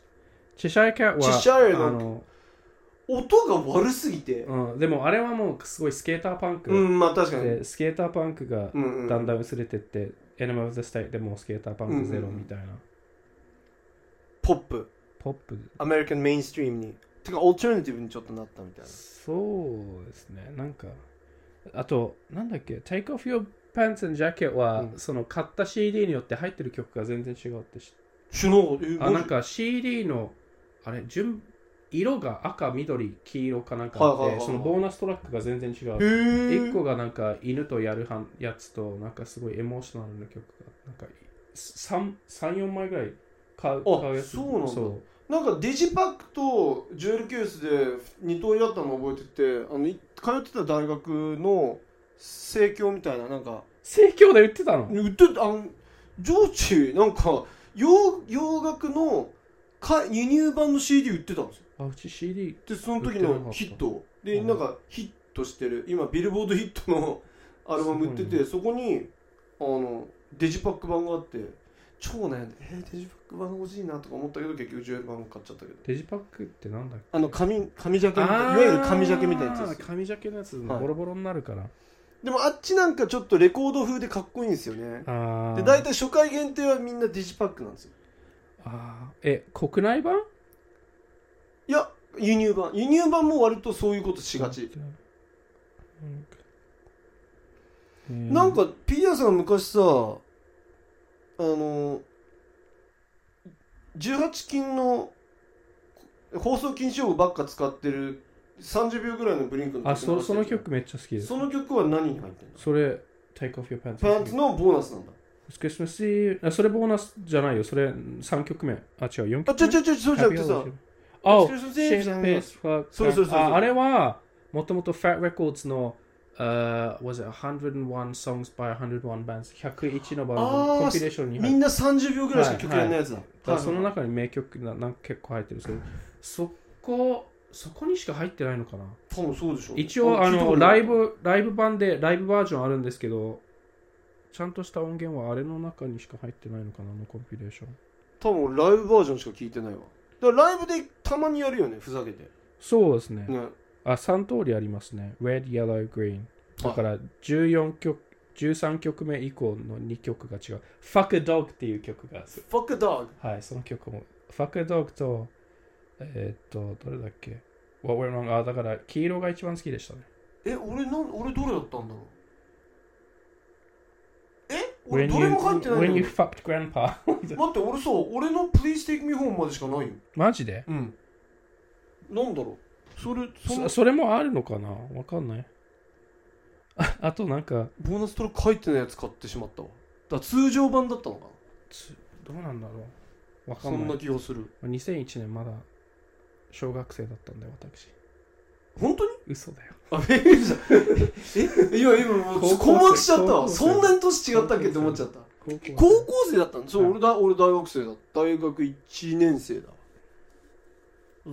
B: チェシャイキャット
A: チ
B: は
A: ェシャイの
B: あの、
A: 音が悪すぎて
B: うん、でもあれはもうすごいスケーターパン
A: う
B: ク、
A: んまあ確かに
B: でスケーターパンクが
A: うんうん
B: だんだん薄れてって、Enemy of the State でもうスケーターパンクゼロみたいな、
A: ポップ
B: ポップ
A: アメリカンメインストリームにてかオルタナティブにちょっとなったみたいな
B: そうですねなんかあとなんだっけ Take off your pants and jacket は、
A: うん
B: その買った CD によって入ってる曲が全然違うって知っ
A: シュノーえ
B: あなんか CD のあれ順色が赤緑黄色かなんかあって、
A: はいはいはいはい
B: そのボーナストラックが全然違う
A: へー
B: 一個がなんか犬とやるはんやつとなんかすごいエモーショナルな曲がなんか34枚ぐらい買う
A: あ
B: 買うやつ
A: そうなんだ
B: そう
A: なんかデジパックとジュエルケースで二通りだったのを覚えててあのい通ってた大学の生協みたいななんか
B: 盛況で売ってたの
A: 売ってたあの上智なんか洋洋楽のか輸入版の CD 売ってたんですよ
B: あうち CD
A: でその時
B: 売ってなか
A: の
B: った
A: ヒットで
B: うん
A: なんかヒットしてる今ビルボードヒットの アルバム売ってて、そこにあのデジパック版があって超悩んでえーデジパック版欲しいなとか思ったけど結局ジュエル版買っちゃったけど
B: デジパックってなんだっけ
A: あの紙紙ジャケみたい
B: あ
A: な
B: ー
A: いわゆる紙ジャケみたいなやつです
B: 紙ジャケのやつ
A: はい
B: ボロボロになるから、
A: でもあっちなんかちょっとレコード風でかっこいいんですよね
B: あー
A: で大体初回限定はみんなデジパックなんですよ
B: あーえ国内版
A: いや輸入版輸入版も割とそういうことしがち、
B: うん
A: なんかピリアさんが昔さあの18禁の放送禁止用語ばっか使ってる30秒ぐらいのブリンクの
B: あそその
A: 曲
B: 曲めっちゃ好きです
A: その曲は何に入ってるの
B: それ Take off your pants
A: パンツのボーナスなんだ
B: It's Christmas Eve あそれボーナスじゃないよそれ3曲目あ違う4
A: あ
B: 曲
A: ちょちょちょそうじゃなくてさ
B: あ、oh,
A: It's Christmas Eve じゃ
B: Shape
A: ない
B: Pace Fuck
A: そうそうそうそう
B: ああれはもともと Fat Records の、uh, was it 101 songs by 101 bands 101のバンド
A: あー
B: のコンピレーションに
A: み
B: 入っ
A: んな30秒ぐらいしか曲やらないやつだ、
B: たその中に名曲ななんか結構入ってるそれそこそこにしか入ってないのかな
A: 多分そうでしょ
B: 一応あ
A: 聞いたこ
B: の
A: とな
B: ラ
A: い
B: イブライブ版でライブバージョンあるんですけどちゃんとした音源はあれの中にしか入ってないのかなあのコンピレーション
A: 多分俺ライブバージョンしか聞いてないわだからライブでたまにやるよねふざけて
B: そうですね
A: ね
B: あ3通りありますね Red, Yellow, Green だから14曲13曲目以降の2曲が違う Fuck a Dog っていう曲がある
A: 「Fuck a dog
B: はいその曲も Fuck a Dog とえーっとどれだっけ What went wrong あだから黄色が一番好きでしたね」
A: え俺なん俺どれだったんだろうえ俺
B: When
A: ど
B: you,
A: れも入ってない
B: when
A: ん
B: you
A: だよ
B: fucked grandpa
A: 待って俺さ俺の「Please Take Me Home」までしかないよ
B: マジで
A: うんなんだろうそれその
B: そそれもあるのかなわかんないああとなんか
A: ボーナストラック入ってないやつ買ってしまったわだから通常版だったのかな
B: つどうなんだろうわか
A: そ
B: ん
A: んな
B: な
A: い気がする
B: 2001年まだ小学生だったんだよ私
A: 本当に
B: 嘘だよ
A: あ、びっくりした。え、いや、今もう、
B: 高校生
A: 困っちゃった
B: 高校
A: わ。
B: 生
A: そんなに年違ったっけって思っちゃった。
B: 高校
A: 高校生だったんそう、
B: はい
A: 俺だ、俺大学生だ。大学1年生だ。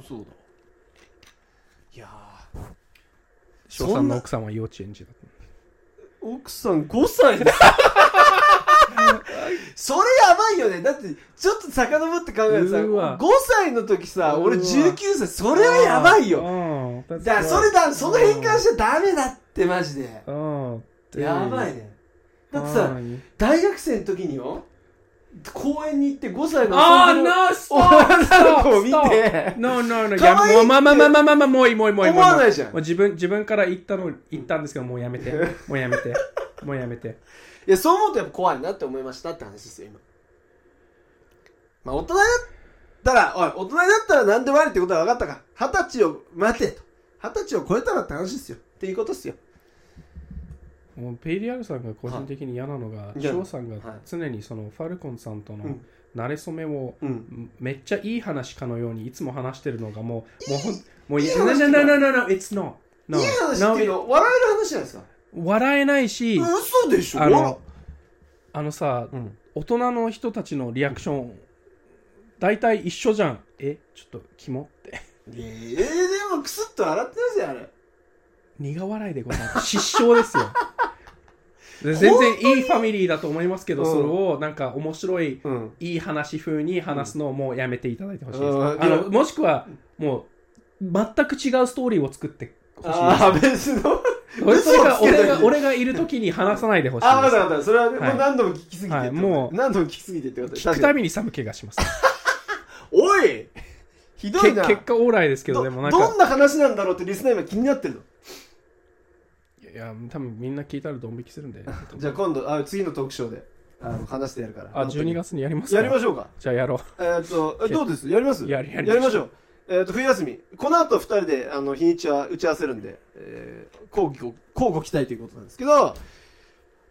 A: そうだ。いやー
B: 翔さんの奥さんは幼稚園児だっ
A: 奥さん5歳 です。それやばいよね。だって、ちょっと遡って考えてさ、
B: うわ
A: 5歳の時さ、俺
B: うわ
A: 19歳、
B: た
A: それはやばいよ。
B: よだ
A: じゃあ、それだ、その変換しちゃダメだって、マジで。やばい
B: ね
A: ね。だってさ、大学生の時によ公園に行って5歳の
B: あ
A: 遊
B: ー
A: んでる
B: ナース
A: 女の子を見て
B: No, no, no. いや、
A: 可愛い
B: もう、まあまあまあまあまあまあ、もういい、もういい、もういい。
A: 思わないじゃん
B: もう自分、自分から言ったの、言ったんですけど、もうやめて。もうやめて。もうやめて。
A: いやそう思うとやっぱ怖いなって思いましたって話ですよ今まあ大人だったらおい大人だったら何でもありってことは分かったか二十歳を待てと二十歳を超えたらって話ですよっていうことですよ
B: もう、ペイリアルさんが個人的に嫌なのが、
A: い
B: ショウさんが
A: はい
B: 常にその、ファルコンさんと
A: う
B: の
A: ん
B: 慣れ初めを、
A: うん
B: めっちゃいい話かのようにいつも話してるのがもう、もう ほん、もう
A: いい
B: い
A: 話
B: no, no, no, no, no, it's not.
A: い
B: No.
A: い話っていうの笑える話じゃないですか
B: No. 笑えないし、
A: 嘘でしょ
B: あの、あのさ、
A: うん
B: 大人の人たちのリアクション、大体一緒じゃん。え、ちょっと、キモって。
A: えー、でもクスッと笑ってますよあれ
B: 苦笑いでござい ます。失笑ですよ。で全然いいファミリーだと思いますけど、
A: うん
B: それをなんか面白い、
A: うん
B: いい話風に話すのをもうやめていただいてほしいです。
A: うん
B: あのもしくは、もう、全く違うストーリーを作ってほしいです
A: ああ別の
B: 俺それ
A: 嘘をつ
B: が
A: けた
B: 俺
A: い
B: が俺がいるときに話さないでほしい
A: あ、わかった
B: です。
A: わかった。それはね、
B: はい
A: もう何度も聞きすぎてってこと、
B: はいもう
A: 何度も聞きすぎてってこと
B: 聞くたびに寒気がします。
A: おいひど
B: け
A: いな。
B: 結果オーライですけど、
A: ど
B: でもなん
A: ど
B: か、
A: んな話なんだろうってリスナー今気になってるの。
B: いや、多分みんな聞いたらドン引きするんで。
A: じゃあ今度、あ次のトークショーであの話してやるから。
B: あ、12。月にやりますか
A: やりましょうか。
B: じゃあやろう。
A: えーっと、えどうですやります
B: やりやりましょう
A: やりましょう。えーっと、冬休み。この後二人で、あの、日にちは打ち合わせるんで、えー、交互、交互期待ということなんですけど、あ、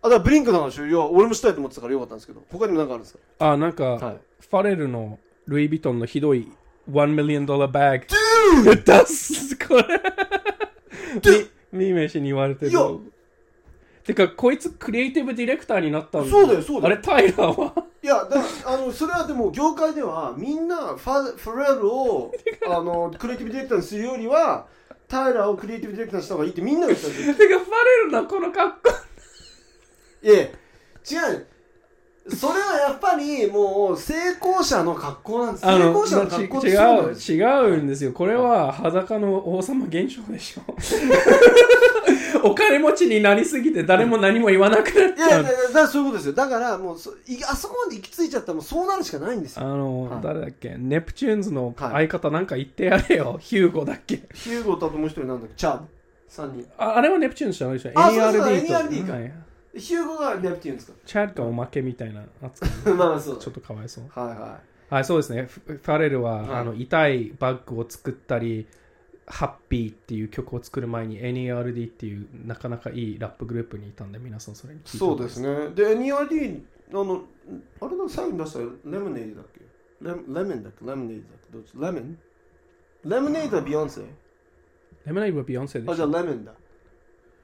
A: だからブリンクの話、いや、俺もしたいと思ってたからよかったんですけど、他にも何かあるんです
B: あ、なんか、
A: かはい。
B: ファレルのルイ・ヴィトンのひどい1 million dollar bag。出すこれ。み、みめしに言われてる
A: いや。
B: てか、こいつクリエイティブディレクターになったん
A: そうだよそうだよ
B: あれ、タイラーはい
A: やだあのそれはでも業界ではみんなファフレルをあ のクリエイティブディレクターにするよりはタイラーをクリエイティブディレクターにした方がいいってみんなが言ってたんですよ
B: てか、ファレルのこの格好。
A: いや違うそれはやっぱりもう成功者の格好なんです成功者の格好ってそうなんです
B: 違う違うんですよこれは裸の王様現象でしょお金持ちになりすぎて誰も何も言わなくなっ
A: い
B: ち
A: やいや
B: ゃ
A: いうやだからそういうことですよだからもうそいあそこまで行き着いちゃったらもうそうなるしかないんです
B: あ
A: よ
B: の、
A: はい
B: 誰だっけネプチューンズの相方なんか言ってやれよ、ヒューゴだっけ
A: ヒューゴとあともう一人なんだっけチャーブ3人
B: ああれはネプチューンズじゃないでしょ
A: あそうそう
B: NRD と
A: NRD か
B: はい
A: ヒューゴがネプティーン ですか
B: チャッドおまけみたいな扱い
A: まあそう
B: ちょっとかわいそう
A: はいはい
B: はいそうですねフファレルは、
A: はい
B: あの痛いバッグを作ったりハッピーっていう曲を作る前に NERD っていうなかなかいいラップグループにいたんで皆さんそれに聞いて
A: そうですね。で、NRD、あの、あれのサイン出したレモネードだっけレレメンだっけレモネードだっけどっちレメンレモネードはビヨンセ。
B: レモネードはビヨンセで
A: あ、じ
B: し
A: ゃあ
B: ょ
A: レメンだ。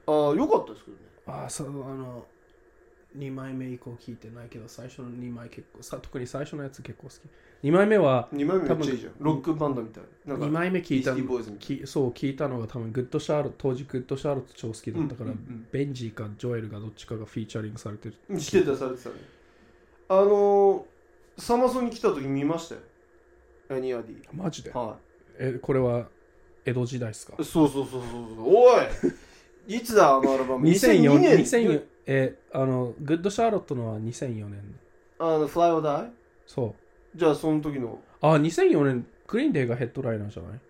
A: ああ、よかったですけどね。
B: ああそうあの2枚目以降聞いてないけど最初の2枚結構さ特に最初のやつ結構好き2枚目は
A: 2枚目めっちゃいいじゃん。ロックバンドみたいな。
B: 2
A: なんか、
B: 枚目聞いた
A: ビースティーボーイズみた
B: きそう聞いたのが多分グッドシャーロット当時グッドシャーロット超好きだったから、
A: うんうんうん
B: ベンジーかジョエルがどっちかがフィーチャリングされてる
A: いな。してた、されてたね。あのー、サマソンに来た時見ましたよ。NRD。
B: マジで
A: は
B: えこれは江戸時代ですか
A: い。そうそうそうそうそう。おいい つだ、あのアルバム。
B: 2004
A: 2002
B: 2004えあのグッドシャーロットのは2004年
A: あの、Fly or Die?
B: そう
A: じゃあ、その時の。
B: あ2004年グリーンデーがヘッドライナーじゃない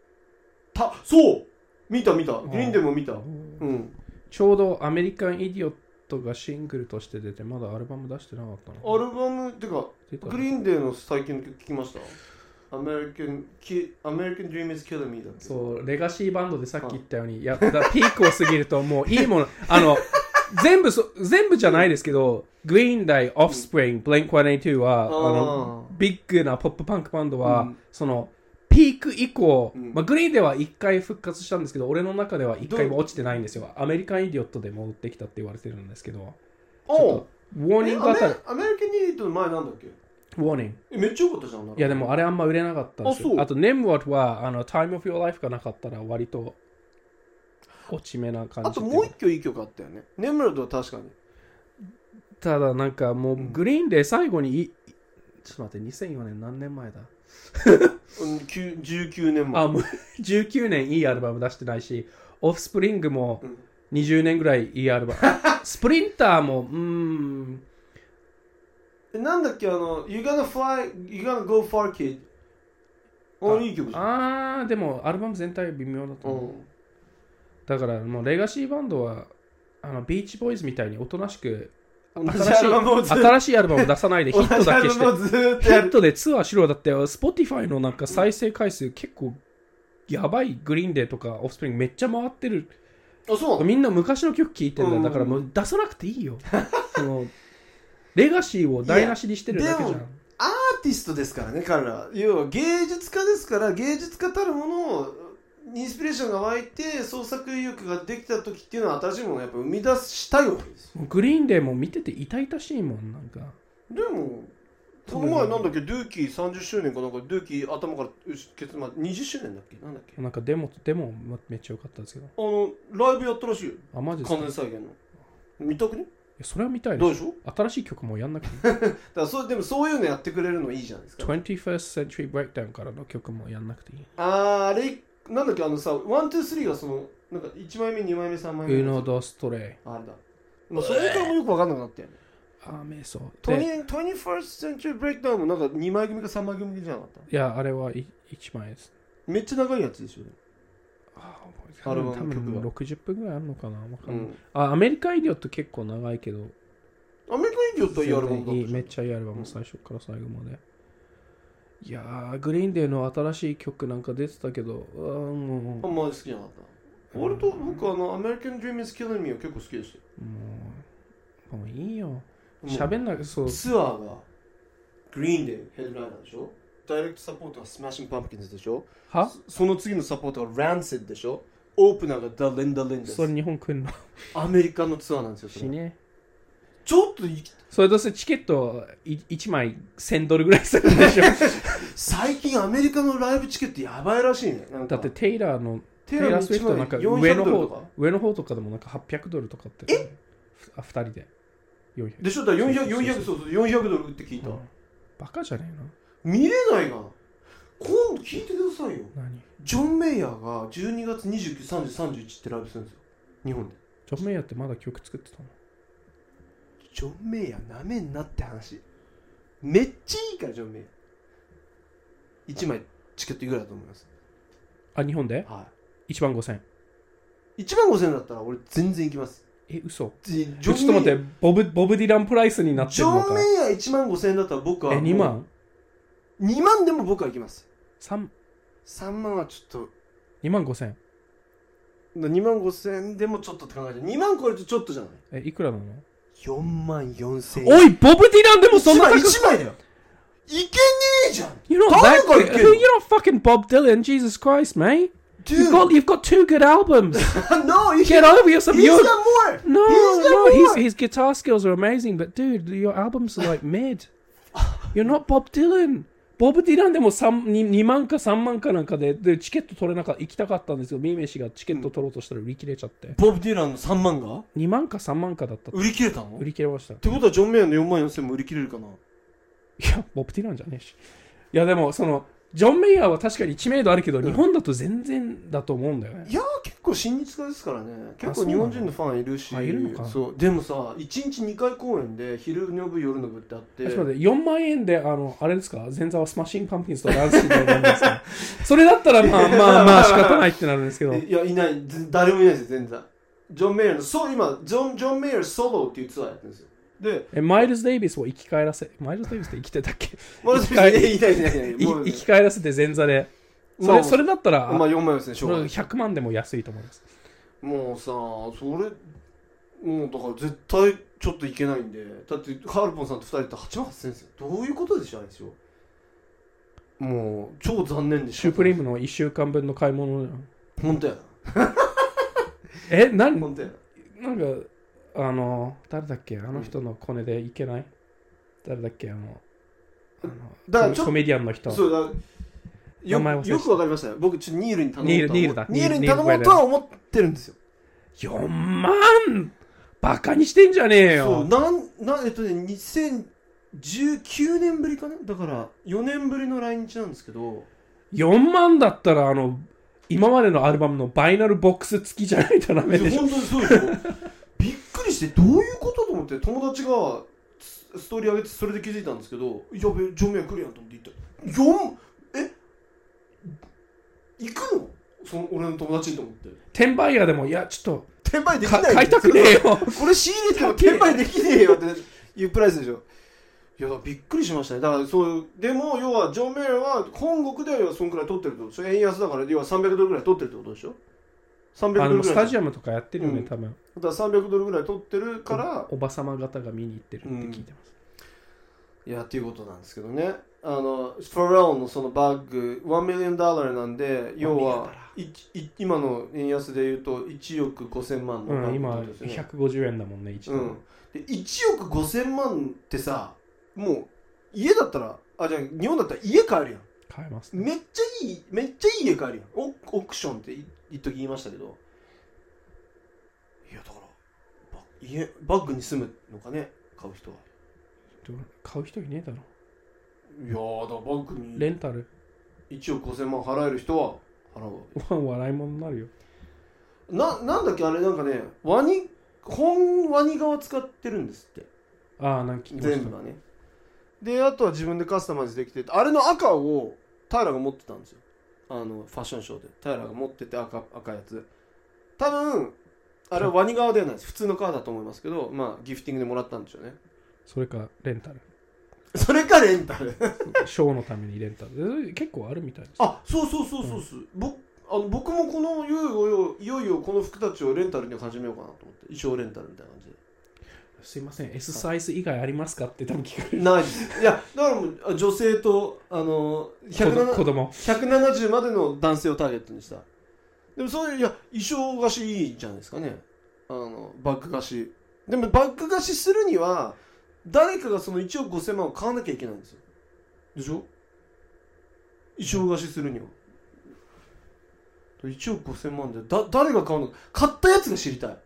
A: たそう見た見た
B: ん
A: グリーンでも見たうん
B: ちょうどアメリカン・イディオットがシングルとして出てまだアルバム出してなかったの
A: アルバムてか
B: 出た
A: グリーンデーの最近の曲聞きましたアメリカン・キアメリカン・ドリーム・イズ・キル・ミーだっけ
B: そうレガシーバンドでさっき言ったようにいやだからピークを過ぎるともういいもの あの全部そ全部じゃないですけどグリーンデー、オフスプリング、ブレンク182はあ
A: あ
B: の
A: ー
B: ビッグなポップパンクバンドは、
A: うん
B: そのピピーク以降、
A: うん
B: まあ、グリーンでは1回復活したんですけど俺の中では1回も
A: どう
B: 落ちてないんですよアメリカンイディオットで戻ってきたって言われてるんですけどち
A: お
B: ょっ
A: う
B: とウォー
A: え
B: ニン
A: ア
B: グあ
A: メ
B: たり
A: アメリカンイディオットの前なんだっけ
B: ウォーニング
A: えめっちゃ良かったじゃんなんか
B: いやでもあれあんま売れなかったんですよ
A: あそう
B: あとネムワットはあの Time of Your Life がなかったら割と落ち目な感じ
A: あ
B: って
A: と
B: いか
A: もう一曲いい曲あったよねネムラドは確かに
B: ただなんかもう
A: うん
B: グリーンで最後にいちょっと待って2004年何年前だ
A: うんきゅう19年前
B: あもう 19年いいアルバム出してないしオフスプリングも
A: うん
B: 20年ぐらいいいアルバムスプリンターもうーん
A: えなんだっけあの「You gonna fly You gonna go far kid」あいい曲じゃん
B: あーでもアルバム全体微妙だと
A: う
B: 思う、
A: ん
B: だからもうレガシーバンドはあのビーチボーイズみたいにおとなしく
A: 同
B: 新
A: じ
B: し
A: ア
B: い
A: ルバムをずっと
B: 新しいアルバムを出さないでヒ
A: 同
B: ット
A: じア
B: だけ
A: ル
B: して
A: バムをずーっ
B: ヒ
A: とや
B: ッ
A: る
B: トでツアーしろよだって Spotify のなんか再生回数結構やばいグリーンデーとかオフスプリングめっちゃ回ってる
A: あそうなの
B: みんな昔の曲聴いてんだ
A: う
B: よ
A: ん
B: だからもう出さなくていいよ そのレガシーを台無しにしてるだけじゃ
A: い
B: ん
A: やアーティストですからね彼ら要は芸術家ですから芸術家たるものをインスピレーションが湧いて創作意欲ができた時っていうのは新しいものをやっぱ生み出したいわけですよ
B: もうグリーンデーも見てて痛々しいもんなんか
A: でもこの前なんだっけドゥーキー30周年かなんかドゥーキー頭からケツまで20周年だっけなんだっけあ
B: なんかデモデモめっちゃ良かったですけど
A: のライブやったらしいよ
B: あマジです
A: 完
B: かい
A: 全再現の見たくね
B: やそれは見たい
A: どう
B: で
A: ですしょう
B: 新しい曲もやんなくていい
A: だからそうでもそういうのやってくれるのいいじゃないですか
B: 21st Century Breakdown からの曲もやんなくていい
A: あーあれなんだっけあのさワンツースリーがそのなんか1枚目2枚目3枚目
B: Uno, dos, tres
A: あれだまあそれからもよく分かんなくなったよね
B: あめそうで
A: 20- 21st Century Breakdown もなんか2枚組か3枚組じゃなかった
B: いやあれはい一枚です
A: めっちゃ長いやつでしょでも
B: あ
A: アルバム
B: 多分
A: 曲が
B: 60分ぐらいあるのかなわかんない、
A: うん
B: あアメリカイディオット結構長いけど
A: アメリカンイディオットはいいアルバムだ
B: いい
A: った
B: めっちゃいいアルバ
A: う
B: ム
A: ん
B: 最初から最後まで、いやーグリーンデーの新しい曲なんか出てたけどうーんもう
A: あんまり好きじゃなかった俺と僕あの American Dream is Killing Me は結構好きでし
B: もうもういいよ
A: たよ
B: 喋んなくそう
A: ツアーがグリーンでヘッドライナーでしょダイレクトサポートはスマッシングパンプキンズでしょ
B: は
A: その次のサポートがランセッドでしょオープナーがダ・レンダ・レンで
B: それ
A: す
B: 日本来んの
A: アメリカのツアーなんですよそ
B: し
A: れ
B: ね
A: ちょっとい
B: それどうせチケット1枚1000ドルぐらいする んでしょ
A: 最近アメリカのライブチケットやばいらしいねなんか
B: だってテイラーの
A: テ
B: テイラー・スウィフトなんか上
A: ドル
B: の
A: と
B: 方上の方とかでもなんか800ドルとかってえあ2人で400
A: でしょだから400
B: そ
A: 400そ
B: うそう
A: うそう400ドルって聞いた、
B: うんバカじゃね
A: 見れないがな今度聞いてくださいよ
B: えの何
A: ジョン・メイヤーが12月29、30、31ってライブするんですよ日本で
B: ジョン・メイヤーってまだ曲作ってたの
A: ジョン・メイヤーなめんなって話めっちゃいいからジョン・メイヤー1枚チケットいくらだと思います
B: あ日本で
A: は
B: 1万5000
A: い1万5000円だったら俺全然行きます
B: え嘘
A: ジョン
B: ちょっと待
A: メ
B: っ
A: イ
B: てボブボブ・ディランプライスにな
A: ヤー
B: っ
A: ジ
B: てる
A: ョ
B: の
A: ン・
B: か
A: メイヤー1万5000円だったら僕は
B: え2万
A: 2万でも僕は行きます
B: 3
A: 3万はちょっと
B: 2万5000
A: 2万5000円でもちょっとって考えて2万超えるとちょっとじゃない
B: えいくらなの
A: 4万4000円
B: おいボブ・ディランでもそんな
A: 枚
B: 高
A: 1
B: く
A: 枚だよいけねえじゃん
B: You don't
A: 誰
B: that
A: がいけん
B: you don't fucking Bob Dylan Jesus Christ mate You've got you've got two good albums
A: Dude, no, you
B: Get over yourself
A: He's
B: You're-
A: got more.
B: No,
A: he's got
B: no, his,
A: more.
B: his guitar skills are amazing, but dude, your albums are like mid. You're not Bob Dylan. ボブ・ディランでも 2, 2万か3万かなんかででチケット取れなかった行きたかったんですよ。ミーメシがチケット取ろうとしたら売り切れちゃって。
A: ボブ・ディランの3万が
B: 2万か3万かだったって
A: 売り切れたの
B: 売り切れました。い
A: ってことはジョン・メイヤーの4万4000も売り切れるかな
B: や、ボブ・ディランじゃねえし。いや、でもその、ジョン・メイヤーは確かに知名度あるけど、日本だと全然だと思うんだよね
A: い。やー結構親日家ですからね結
B: そう
A: 構
B: な
A: 日
B: の
A: 本人のファンいるし
B: あいるのか
A: そうでもさ1日2回公演で昼の部夜の部ってあって
B: ちょっと待って4万円で、あの、あれですか前座はスマッシングパンプキンスとダンスしてたんです かそれだったら、まあまあまあ仕方ないってなるんですけど。
A: えいやいないぜ誰もいないですよ全然ジョン・メイヤーのそう今ジョン・ジョン・メイヤーソロっていうツアーやってるんですよで
B: え、マイルズ・デイビスを生き返らせ、マイルズ・デイビスって生きてたっけ
A: まだ
B: 一回
A: いないいないいない
B: い
A: もう
B: 生き返らせて前座で。そ
A: ま
B: れ
A: あ
B: それだったら、
A: まあ4万4000しょうがない
B: 100万でも安いと思います。
A: もうさそれもうだから絶対ちょっといけないんでだってカールポンさんと2人って8万8000円ですよどういうことでしょうあれですよもう超残念でし
B: シュプリームの1週間分の買い物じゃん
A: 本当や
B: えなんなん
A: 本当や
B: かあの誰だっけあの人のコネでいけない誰だっけあのあの
A: だからちょっと
B: ココメディアンの人
A: そうだよ
B: 名前忘れてた
A: よくわかりましたよ僕ちょっとニールに頼もうとは思う
B: ニールニールだ
A: ニールに
B: ニール
A: 頼もうとは思ってるんですよ
B: 4万バカにしてんじゃねえ
A: そう
B: よ
A: なんなんえっとね2019年ぶりかなだから4年ぶりの来日なんですけど
B: 4万だったらあの今までのアルバムのバイナルボックス付きじゃないとダ
A: いや
B: メでしょ
A: 本当にそうですよ びっくりしてどういうことと思って友達がスストーリー上げてそれで気づいたんですけど「やべえジョンミア来るやん」と思って言ったよえ行くのその俺の友達にと思って
B: 転売屋でもいやちょっ
A: 転売で
B: と
A: き
B: か
A: ない
B: 買いたくねえよ
A: これ仕入れても転売できねえよっていうプライスでしょいやびっくりしましたねだからそうでも要はジョン・メイヤーは本国では要はそんくらい取ってるってことでしょ円安だから要は300ドルぐらい取ってるってことでしょ300
B: あ
A: ドル
B: の
A: ぐ
B: ス
A: ら
B: タ
A: い
B: ジアムとかやってるよね、
A: うん
B: 多分
A: だから300ドルぐらい取ってるから
B: おおばさま方が見に行ってるって聞いてます、
A: いやっていうことなんですけどねあのファレルのそのバッグ1ミリオンダーラーなんで要はいい今の円安で言うと1億5000万の
B: うん
A: バッグ
B: 今
A: ってことですよね
B: 150円だもんね一度、
A: うん、で1億5000万ってさもう家だったらあじゃあ日本だったら家買えるやん
B: 買えますね
A: めっちゃいいめっちゃいい家買えるやんオオークションってい一時言いましたけどいやだからバ家バッグに住むのかね買う人は
B: どう買う人いねえだろ
A: いやーだからバッグに
B: レンタル
A: 1億5000万払える人は払うわ
B: 笑い物になるよ
A: ななんだっけあれなんかねワニ本ワニ側使ってるんですって
B: ああなんか聞きました
A: 全部がねであとは自分でカスタマイズできててあれの赤を平が持ってたんですよあのファッションショーで平が持ってて赤赤いやつ多分あれはワニ側ではないです普通の革だと思いますけどまあギフティングでもらったんでしょうね
B: それかレンタ ル
A: それかレンタル
B: ショーのためにレンタルえ結構あるみたいです
A: あそうそうそうそうそう、ぼあの僕もこのいよいよいよいよこの服たちをレンタルに始めようかなと思って衣装レンタルみたいな感じです
B: いません S サイズ以外ありますかって多分聞かれ る
A: ないですいやだからもうあ女性とあの
B: 子供子
A: 170
B: 供
A: 170までの男性をターゲットにしたでもそういういや衣装貸しいいじゃないですかねあのバッグ貸しでもバッグ貸しするには誰かがその1億5000万を買わなきゃいけないんですよでしょ衣装貸しするには1億5000万でだ誰が買うのか買ったやつが知りたい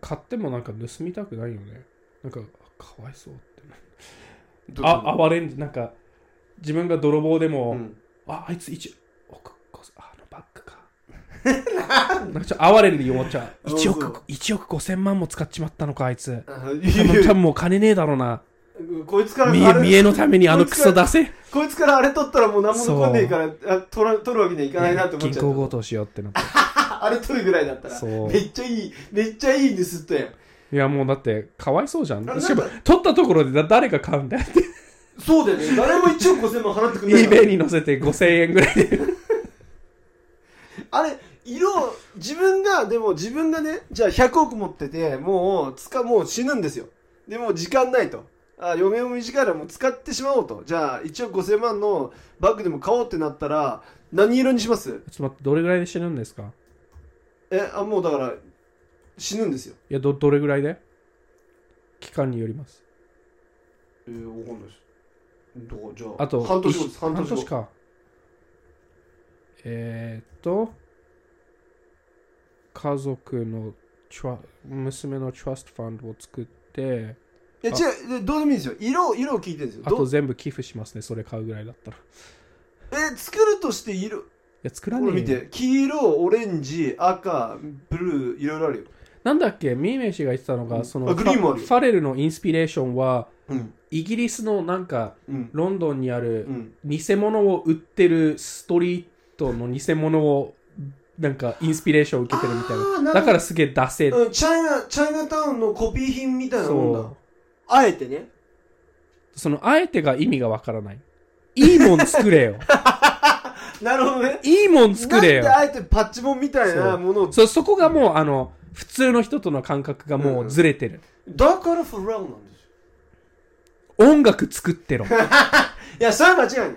B: 買ってもなんか盗みたくないよねなんかあかわいそうってあ
A: あ
B: 哀れんなんか自分が泥棒でも、
A: うん、
B: ああいつ1億5千あのバッグ かなんかちょっと哀れんで弱っちゃう
A: そう
B: 1
A: そう
B: 億1億5千万も使っちまったのかあいつ
A: あ い
B: 多
A: やい
B: 分
A: や
B: 多分もう金ねえだろうな
A: こいつから
B: 見
A: あ
B: え
A: れ
B: 見えのためにあのクソ出せ
A: こいつからあれ取ったらもう何も残んねえからあ取ら取るわけにはいかないなって思っ
B: 銀
A: ちゃう
B: 行強盗しようってなって
A: ああれ取るぐらいだったら
B: そう
A: めっちゃいいめっちゃいい盗ったやん
B: いやもうだってかわいそうじゃん
A: ななんだ
B: しかも取ったところでだ誰が買う んだよって
A: そうだよね誰も1億5000万払ってくんないから
B: eBay に載せて5000円ぐらいで
A: あれ色自分がでも自分がねじゃあ100億持っててもうつかもう死ぬんですよでもう時間ないとあ余命も短いからもう使ってしまおうとじゃあ1億5000万のバッグでも買おうってなったら何色にします
B: ちょっと待ってどれぐらいで死ぬんですか
A: えあもうだから死ぬんですよ
B: いやどどれぐらいで期間によります
A: えー、わかんないです。どうじゃあ、
B: あと
A: 半年後です。
B: 半
A: 半
B: 年
A: 年後。
B: かえー、っと家族のトラ娘のトラストファンドを作って
A: いや、違う、でどうでもいいですよ。色を、色を聞いてるんですよ。
B: あ
A: ど
B: と
A: う
B: 全部寄付しますねそれ買うぐらいだったらい
A: えー、作るとして色、こ
B: や作ら
A: れ
B: ねえよ
A: 見て、黄色、オレンジ、赤、ブルー、いろいろあるよ。
B: なんだっけミーメイ氏が言ってたのが、
A: うん
B: その
A: あグリーンもある
B: ファ
A: よ
B: ファレルのインスピレーションは
A: うん。
B: イギリスのなんか
A: うん。
B: ロンドンにある
A: うん。
B: 偽物を売ってるストリートの偽物をなんかインスピレーションを受けてるみたい
A: あーなる
B: な
A: ほど
B: だからすげえ出せ
A: うんチャイナ、チャイナタウンのコピー品みたいなもんだ
B: そ。
A: あえてね。
B: うそのあえてが意味がわからないいいもん作れよ
A: なるほどね。
B: いいもん作れよ
A: なんであえてパッチモンみたいなものを。
B: そそこがもうあの普通の人との感覚がもうずれてる、
A: だからフラウなんですよ。
B: 音楽作ってろ
A: いや、それは間違いない。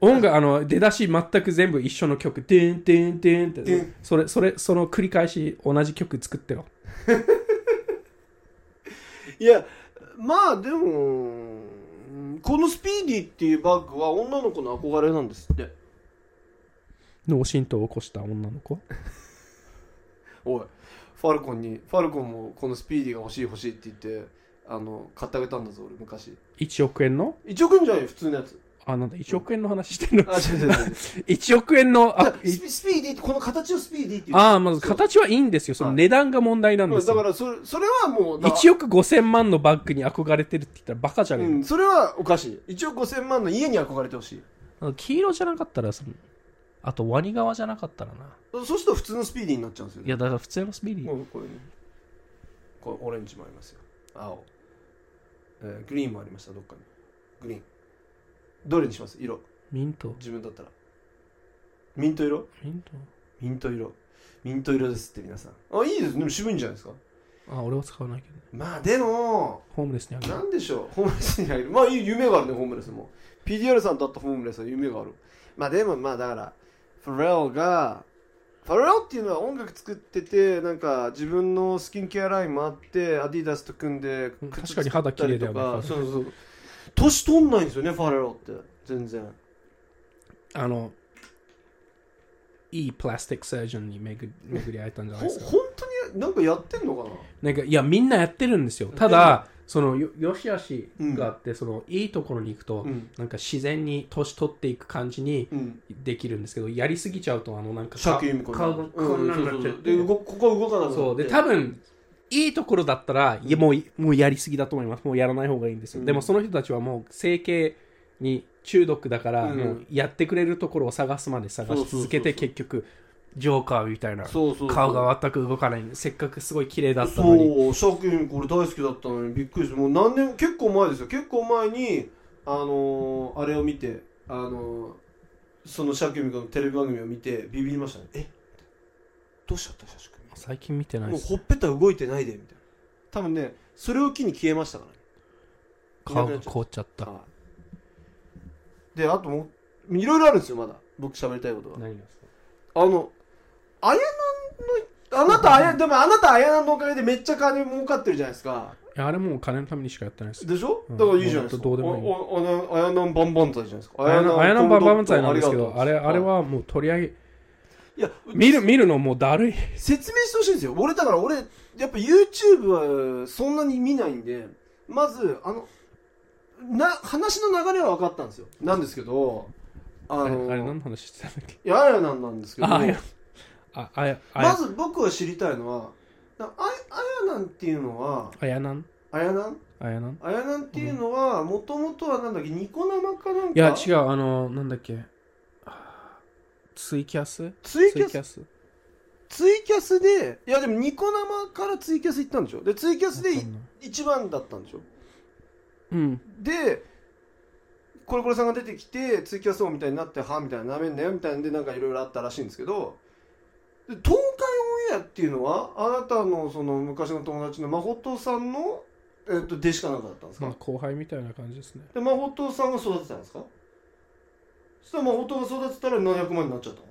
B: 音楽あの出だし全く全部一緒の曲「てんてんてん」って
A: てん
B: それそれその繰り返し同じ曲作ってろ
A: いやまあでもうんこのスピーディーっていうバッグは女の子の憧れなんですって
B: 脳震盪を起こした女の 子
A: おいファルコンにファルコンもこのスピーディーが欲しい欲しいって言ってあの買ってあげたんだぞ俺昔
B: 1億円の
A: 1億円じゃないよ普通のやつ
B: あなんだ1億円の話してんの
A: あ違う 違う違う違う
B: 1億円のあ
A: スピスピーディーってこの形をスピーディーっていう
B: ああまず形はいいんですよその値段が問題なん
A: う
B: で
A: ん
B: す
A: だ
B: よ、
A: からそれそれはもうだ
B: 1億5000万のバッグに憧れてるって言ったらバカじゃねえ
A: う
B: の、
A: んそれはおかしい1億5000万の家に憧れてほしい
B: あの黄色じゃなかったらそのあとワニ側じゃなかったらな
A: そそうすると普通のスピーディーになっちゃうんですよ
B: い
A: ね
B: やだから普通のスピーディー
A: もうこれねこれオレンジもありますよ青、えーグリーンもありましたどっかにグリーンどれにします色
B: ミント
A: 自分だったらミント色
B: ミント
A: ミント色ミント色ですって皆さんあいいですでも渋いんじゃないですか
B: あ俺は使わないけどね
A: まあでも
B: ホームレスにあげる
A: なんでしょうホームレスにあげるまあいい夢があるねホームレスも PDR さんと会ったホームレスは夢があるまあでもまあだからファレルがファレルっていうのは音楽作っててなんか自分のスキンケアラインもあってアディダスと組んで
B: うん
A: 靴
B: 確かに肌綺麗だよね
A: 作ったりとか
B: フ
A: そうそう年取んないんですよねファレルって全然
B: あのいいプラスティックサージョンに巡り巡り会えたんじゃ
A: ほ
B: ないですか
A: 本当になんかやってんのかな
B: なんかいやみんなやってるんですよただそのよよしあしがあって、そのいいところに行くと、
A: うん
B: なんか自然に年取っていく感じに
A: うん
B: できるんですけどやりすぎちゃうとあのなんか
A: さっき
B: か
A: 由美子
B: 顔がこんなんなっちゃって
A: で動ここは動かなくなって
B: そうで多分いいところだったら、いやもうもうやりすぎだと思いますもうやらない方がいいんですよ、
A: うん
B: でもその人たちはもう整形に中毒だから、
A: うん
B: もうやってくれるところを探すまで探し続けて
A: そうそうそうそう
B: 結局ジョーカーみたいな
A: そうそうそう
B: 顔が全く動かないせっかくすごい綺麗だったのに
A: そう、シャキンこれ大好きだったのにびっくりして、もう何年、結構前ですよ。結構前に、あのー、あれを見て、あのー、そのシャキン君のテレビ番組を見て、ビビりましたね。えどうしちゃった、シャキン
B: 最近見てない
A: も
B: で
A: う
B: す
A: ほっぺた動いてないで、みたいな。多分ね、それを機に消えましたからね。
B: 顔が凍っちゃった
A: はいで、あともう、いろいろあるんですよ、まだ。僕喋りたいことは。
B: 何が
A: あの、あやなんの、あなた、あや、でもあなた、あやなんのおかげでめっちゃ金儲かってるじゃないですか。
B: いやあれもう金のためにしかやってないです
A: でしょ
B: うん
A: だからいいじゃないですか。
B: もうどうでもいい
A: おおおあやなんバンバンザイじゃないですか。
B: あやなあやなんばばんざいなんですけ
A: コ
B: ど
A: ムドット
B: あれあれ。
A: い
B: はもう取り上げ
A: いや、
B: 見る見るのもうだるい
A: 説明してほしいんですよ。俺、だから俺、やっぱ YouTube はそんなに見ないんで、まず、あの、な、話の流れは分かったんですよ。なんですけど、あ
B: あれ
A: の、
B: あれ何の話してたんだっけ
A: いやあやなんなんですけど、
B: ああやああやあや
A: まず僕が知りたいのは、なあやあやなんっていうのは、
B: あやなん
A: あやなん
B: あやなん
A: あやなんっていうのは、もともとはなんだっけ、ニコ生かなんか。
B: いや違うあのなんだっけあーツイキャス
A: ツイキャス
B: ャス
A: ツイキャスでいやでもニコ生からツイキャス行ったんでしょでツイキャスで
B: わかんない
A: 一番だったんでしょ
B: うん
A: でコレコレさんが出てきてツイキャス王みたいになってはみたいななめんなよみたいなんでなんかいろいろあったらしいんですけどで東海オンエアっていうのはあなたのその昔の友達の誠さんの、えっと弟子かなんかだったんですか、
B: まあ後輩みたいな感じですね
A: で誠さんが育てたんですかそしたら誠が育てたら700万になっちゃったの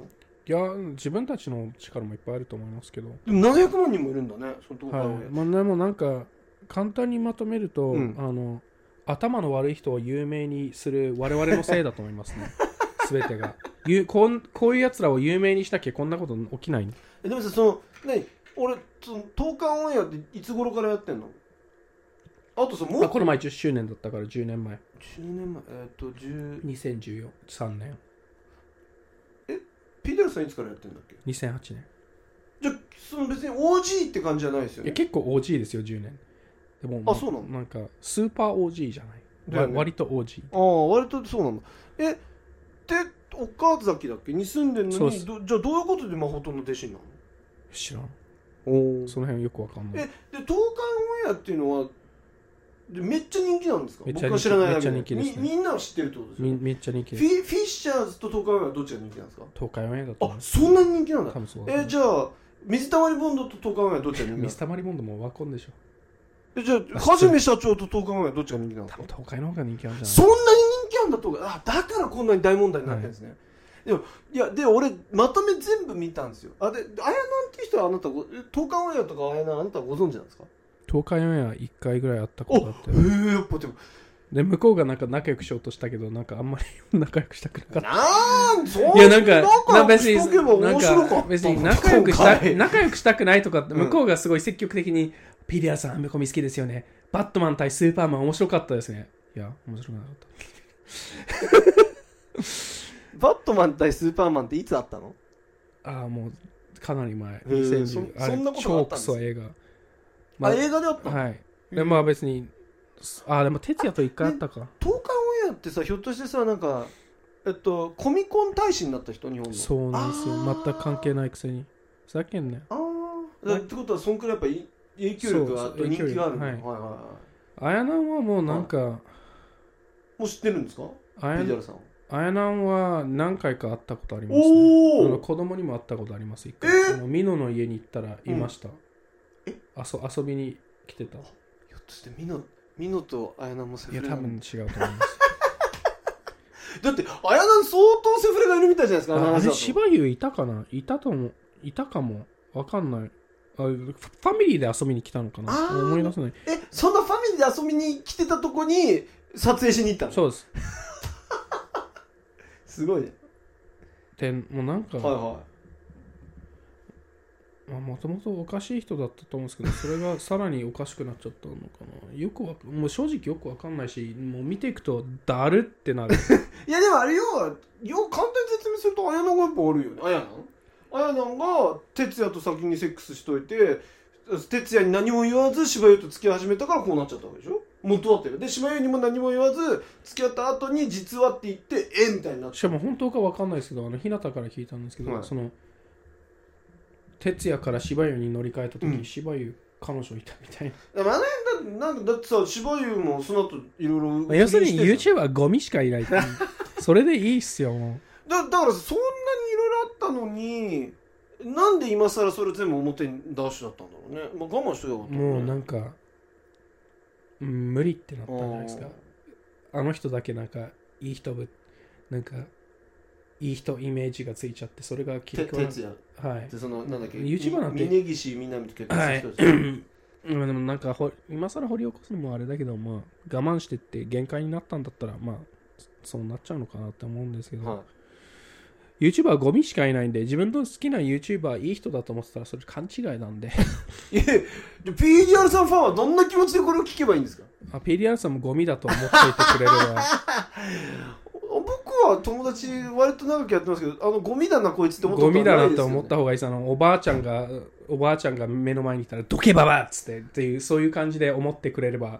B: いや自分たちの力もいっぱいあると思いますけど
A: でも700万人もいるんだねその東海
B: は
A: オンエア、
B: いまあでもなんか簡単にまとめると、
A: うん
B: あの頭の悪い人を有名にする我々のせいだと思います ね全てがゆうこんこういうやつらを有名にしなきゃこんなこと起きないの
A: えでもさその何俺その東海オンエアっていつ頃からやってんのあとさもう
B: あこの前10周年だったから10年前
A: 10年前えっ、と10
B: 2013年
A: ピデルさんいつからやってんだっけ
B: 2008年
A: じゃあその別に OG って感じじゃないですよ
B: いや
A: ね
B: 結構 OG ですよ10年でも
A: あそうなの
B: なんかスーパー OG じゃない、
A: だよね
B: わ割と OG
A: ああ割とそうなんだえで岡崎だっけに住んでん
B: そ
A: の
B: うで
A: に
B: す
A: どじゃあどういうことで誠の弟子になる
B: 知らん
A: のお
B: その辺よくわかんな
A: え
B: い
A: で東海オンエアっていうのはでめっちゃ人気なんですか
B: めっちゃ
A: 僕
B: 人
A: は
B: 気
A: 知らないだけ
B: めっちゃ人気ですね
A: みみんなは知ってるってことです
B: み
A: よね
B: めっちゃ人気
A: フ
B: です
A: ィフィッシャーズと東海オンエアはどっちが人気なんですか
B: 東海オンエアだと思
A: あ
B: う
A: そんなに人気なんだ
B: 多分そうだと
A: え
B: 思う
A: ーじゃあ水溜りボンドと東海オンエアどっちが人気なの
B: 水溜りボンドもワコンでしょ
A: えじゃあはじめ社長と東海オンエアどっちが人気なの
B: 多分東海の方が人気あるんじゃない
A: そんなに人気あんだとあだからこんなに大問題になってるんですね、でもいやで俺まとめ全部見たんですよあであやなんっていう人はあなたご東海オンエアとかあやなんあなたはご存知なんですか
B: 東海オンエア1回ぐらいあったこ
A: お
B: とあって
A: へえやっぱでも
B: で向こうがなんか仲良くしようとしたけどなんかあんまり 仲良くしたくなかった
A: なんそう
B: いやなんかな別
A: しとけば
B: になん
A: 面白かっ
B: か
A: た
B: 別に仲良くした
A: 今回
B: 仲良くしたくないとかって
A: うん
B: 向こうがすごい積極的に「ピリアさんアメコミ好きですよねバットマン対スーパーマン面白かったですね」いや面白くなかった
A: バットマン対スーパーマンっていつあったの
B: ああもうかなり前
A: ー
B: 2010
A: そそんなことがあ
B: 超
A: ったん
B: ク
A: ですね
B: ソ映画、ま
A: あ映画であったの、
B: はいでまあ別にああでも哲也と一回あったか
A: 東海オンエアってさひょっとしてさなんかえっとコミコン大使になった人日本の
B: そうなんですよ
A: あー
B: 全く関係ないくせにふざけんね
A: ああだってことはそんくらいやっぱい影響力があって
B: そうそ
A: 人
B: う
A: 気があるの
B: 影
A: はい
B: 響
A: はい
B: 力
A: は
B: 綾南はもうなんか
A: いもう知ってるんですか
B: 綾
A: ビジュア
B: 南
A: ルさんは
B: 綾南は何回か会ったことありますねあ
A: お
B: の
A: お
B: 子供にも会ったことあります一
A: え
B: 回あの美濃の家に行ったらいました
A: え
B: あそ遊びに来てた
A: ひょっとしてミノミノとアヤナもセフ
B: い
A: レ
B: や
A: な
B: 多
A: の
B: 分違うと思い ます
A: だってアヤナ相当セフレがいるみたいじゃないですかの
B: ああ
A: 話だ
B: れ
A: と
B: 芝生いたかないたともいたかもわかんないあフファミリーで遊びに来たのかな
A: あー
B: 思い出せない
A: えそんなファミリーで遊びに来てたとこに撮影しに行ったの
B: そうです
A: すごいね
B: でもうなんか
A: はいは
B: もともとおかしい人だったと思うんですけどそれがさらにおかしくなっちゃったのかなよくわかもう正直よくわかんないしもう見ていくとだるって なる
A: いいやでもあれ要は要は簡単に説明するとアヤナがやっぱあるよねアヤナアヤナが哲也と先にセックスしといて哲也に何も言わず芝生と付き合い始めたからこうなっちゃったわけでしょ元だったよで芝生にも何も言わず付き合った後に実はって言ってえみたいになっ
B: し
A: ちゃ
B: かも本当かわかんないですけどあの日向から聞いたんですけど、
A: はい
B: その哲也から芝生に乗り換えた時、
A: うん
B: 芝生彼女いたみたいな
A: うでもあの辺だなんかだってさ芝生もその後いろいろ
B: 要するに
A: 不倫して
B: YouTuber はゴミしかい ないっていうそれでいいっすよも
A: だだからそんなにいろいろあったのになんで今更それ全部表に出しちゃったんだろうね、まあ、我慢してよかっ
B: う
A: たのね
B: もうなんかうん無理ってなったんじゃないですかあの人だけなんかいい人ぶなんかいい人イメージがついちゃってそれが
A: て
B: 結局
A: 哲也
B: はい
A: でそのなんだっけ
B: YouTuber なんて
A: 峯岸みなみと結婚
B: は
A: し
B: い
A: た人でしょ、
B: うんでもなんかほ今更掘り起こすのもあれだけどまあ我慢してって限界になったんだったらまあそそうなっちゃうのかなって思うんですけど、
A: はい
B: YouTuber はゴミしかいないんで自分の好きな YouTuber いい人だと思ってたらそれ勘違いなんで
A: い やで PDR さんファンはどんな気持ちでこれを聞けばいいんですか
B: あ PDR さんもゴミだと思っていてくれれば
A: お僕は友達割と長くやってますけどあのゴミだなこいつって思った
B: ゴ
A: こと
B: ミ
A: はな
B: だ
A: いですよ、ね、
B: なと思った方がいいですあのおばあちゃんがおばあちゃんが目の前にいたらどけばばっつってっていうそういう感じで思ってくれれ ば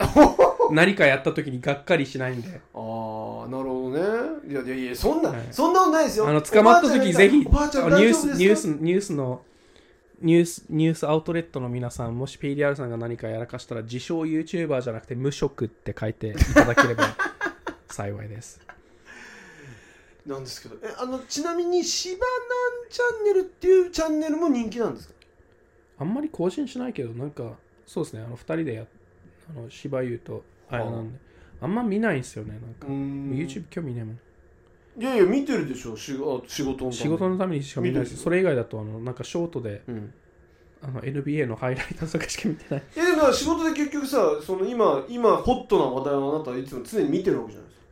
B: 何かやった時にがっかりしないんで
A: ああなるほどねいやいやいやそんな、
B: はい
A: そんなことないですよ
B: あの捕まった時ぜひ
A: おばあちゃん
B: あのニ
A: 大
B: ュー
A: 丈夫
B: ス
A: ですか
B: ニュースニュースのニュースニュースアウトレットの皆さんもし PDR さんが何かやらかしたら自称 YouTuber じゃなくて無職って書いていただ ければ幸いです
A: なんですけどえあのちなみに「しばなんチャンネル」っていうチャンネルも人気なんですか
B: あんまり更新しないけどなんかそうですねあの2人でやあの芝生とあれなんであんま見ないんですよねなんか YouTube 興味ねえもん
A: いやいや見てるでしょしあ仕事のために
B: 仕事のためにしか見ない
A: 見
B: し
A: てる
B: それ以外だとあのなんかショートで
A: うん
B: あの NBA のハイライトとかしか見てない
A: いやでも仕事で結局さその今今ホットな話題をあなたはいつも常に見てるわけじゃないですか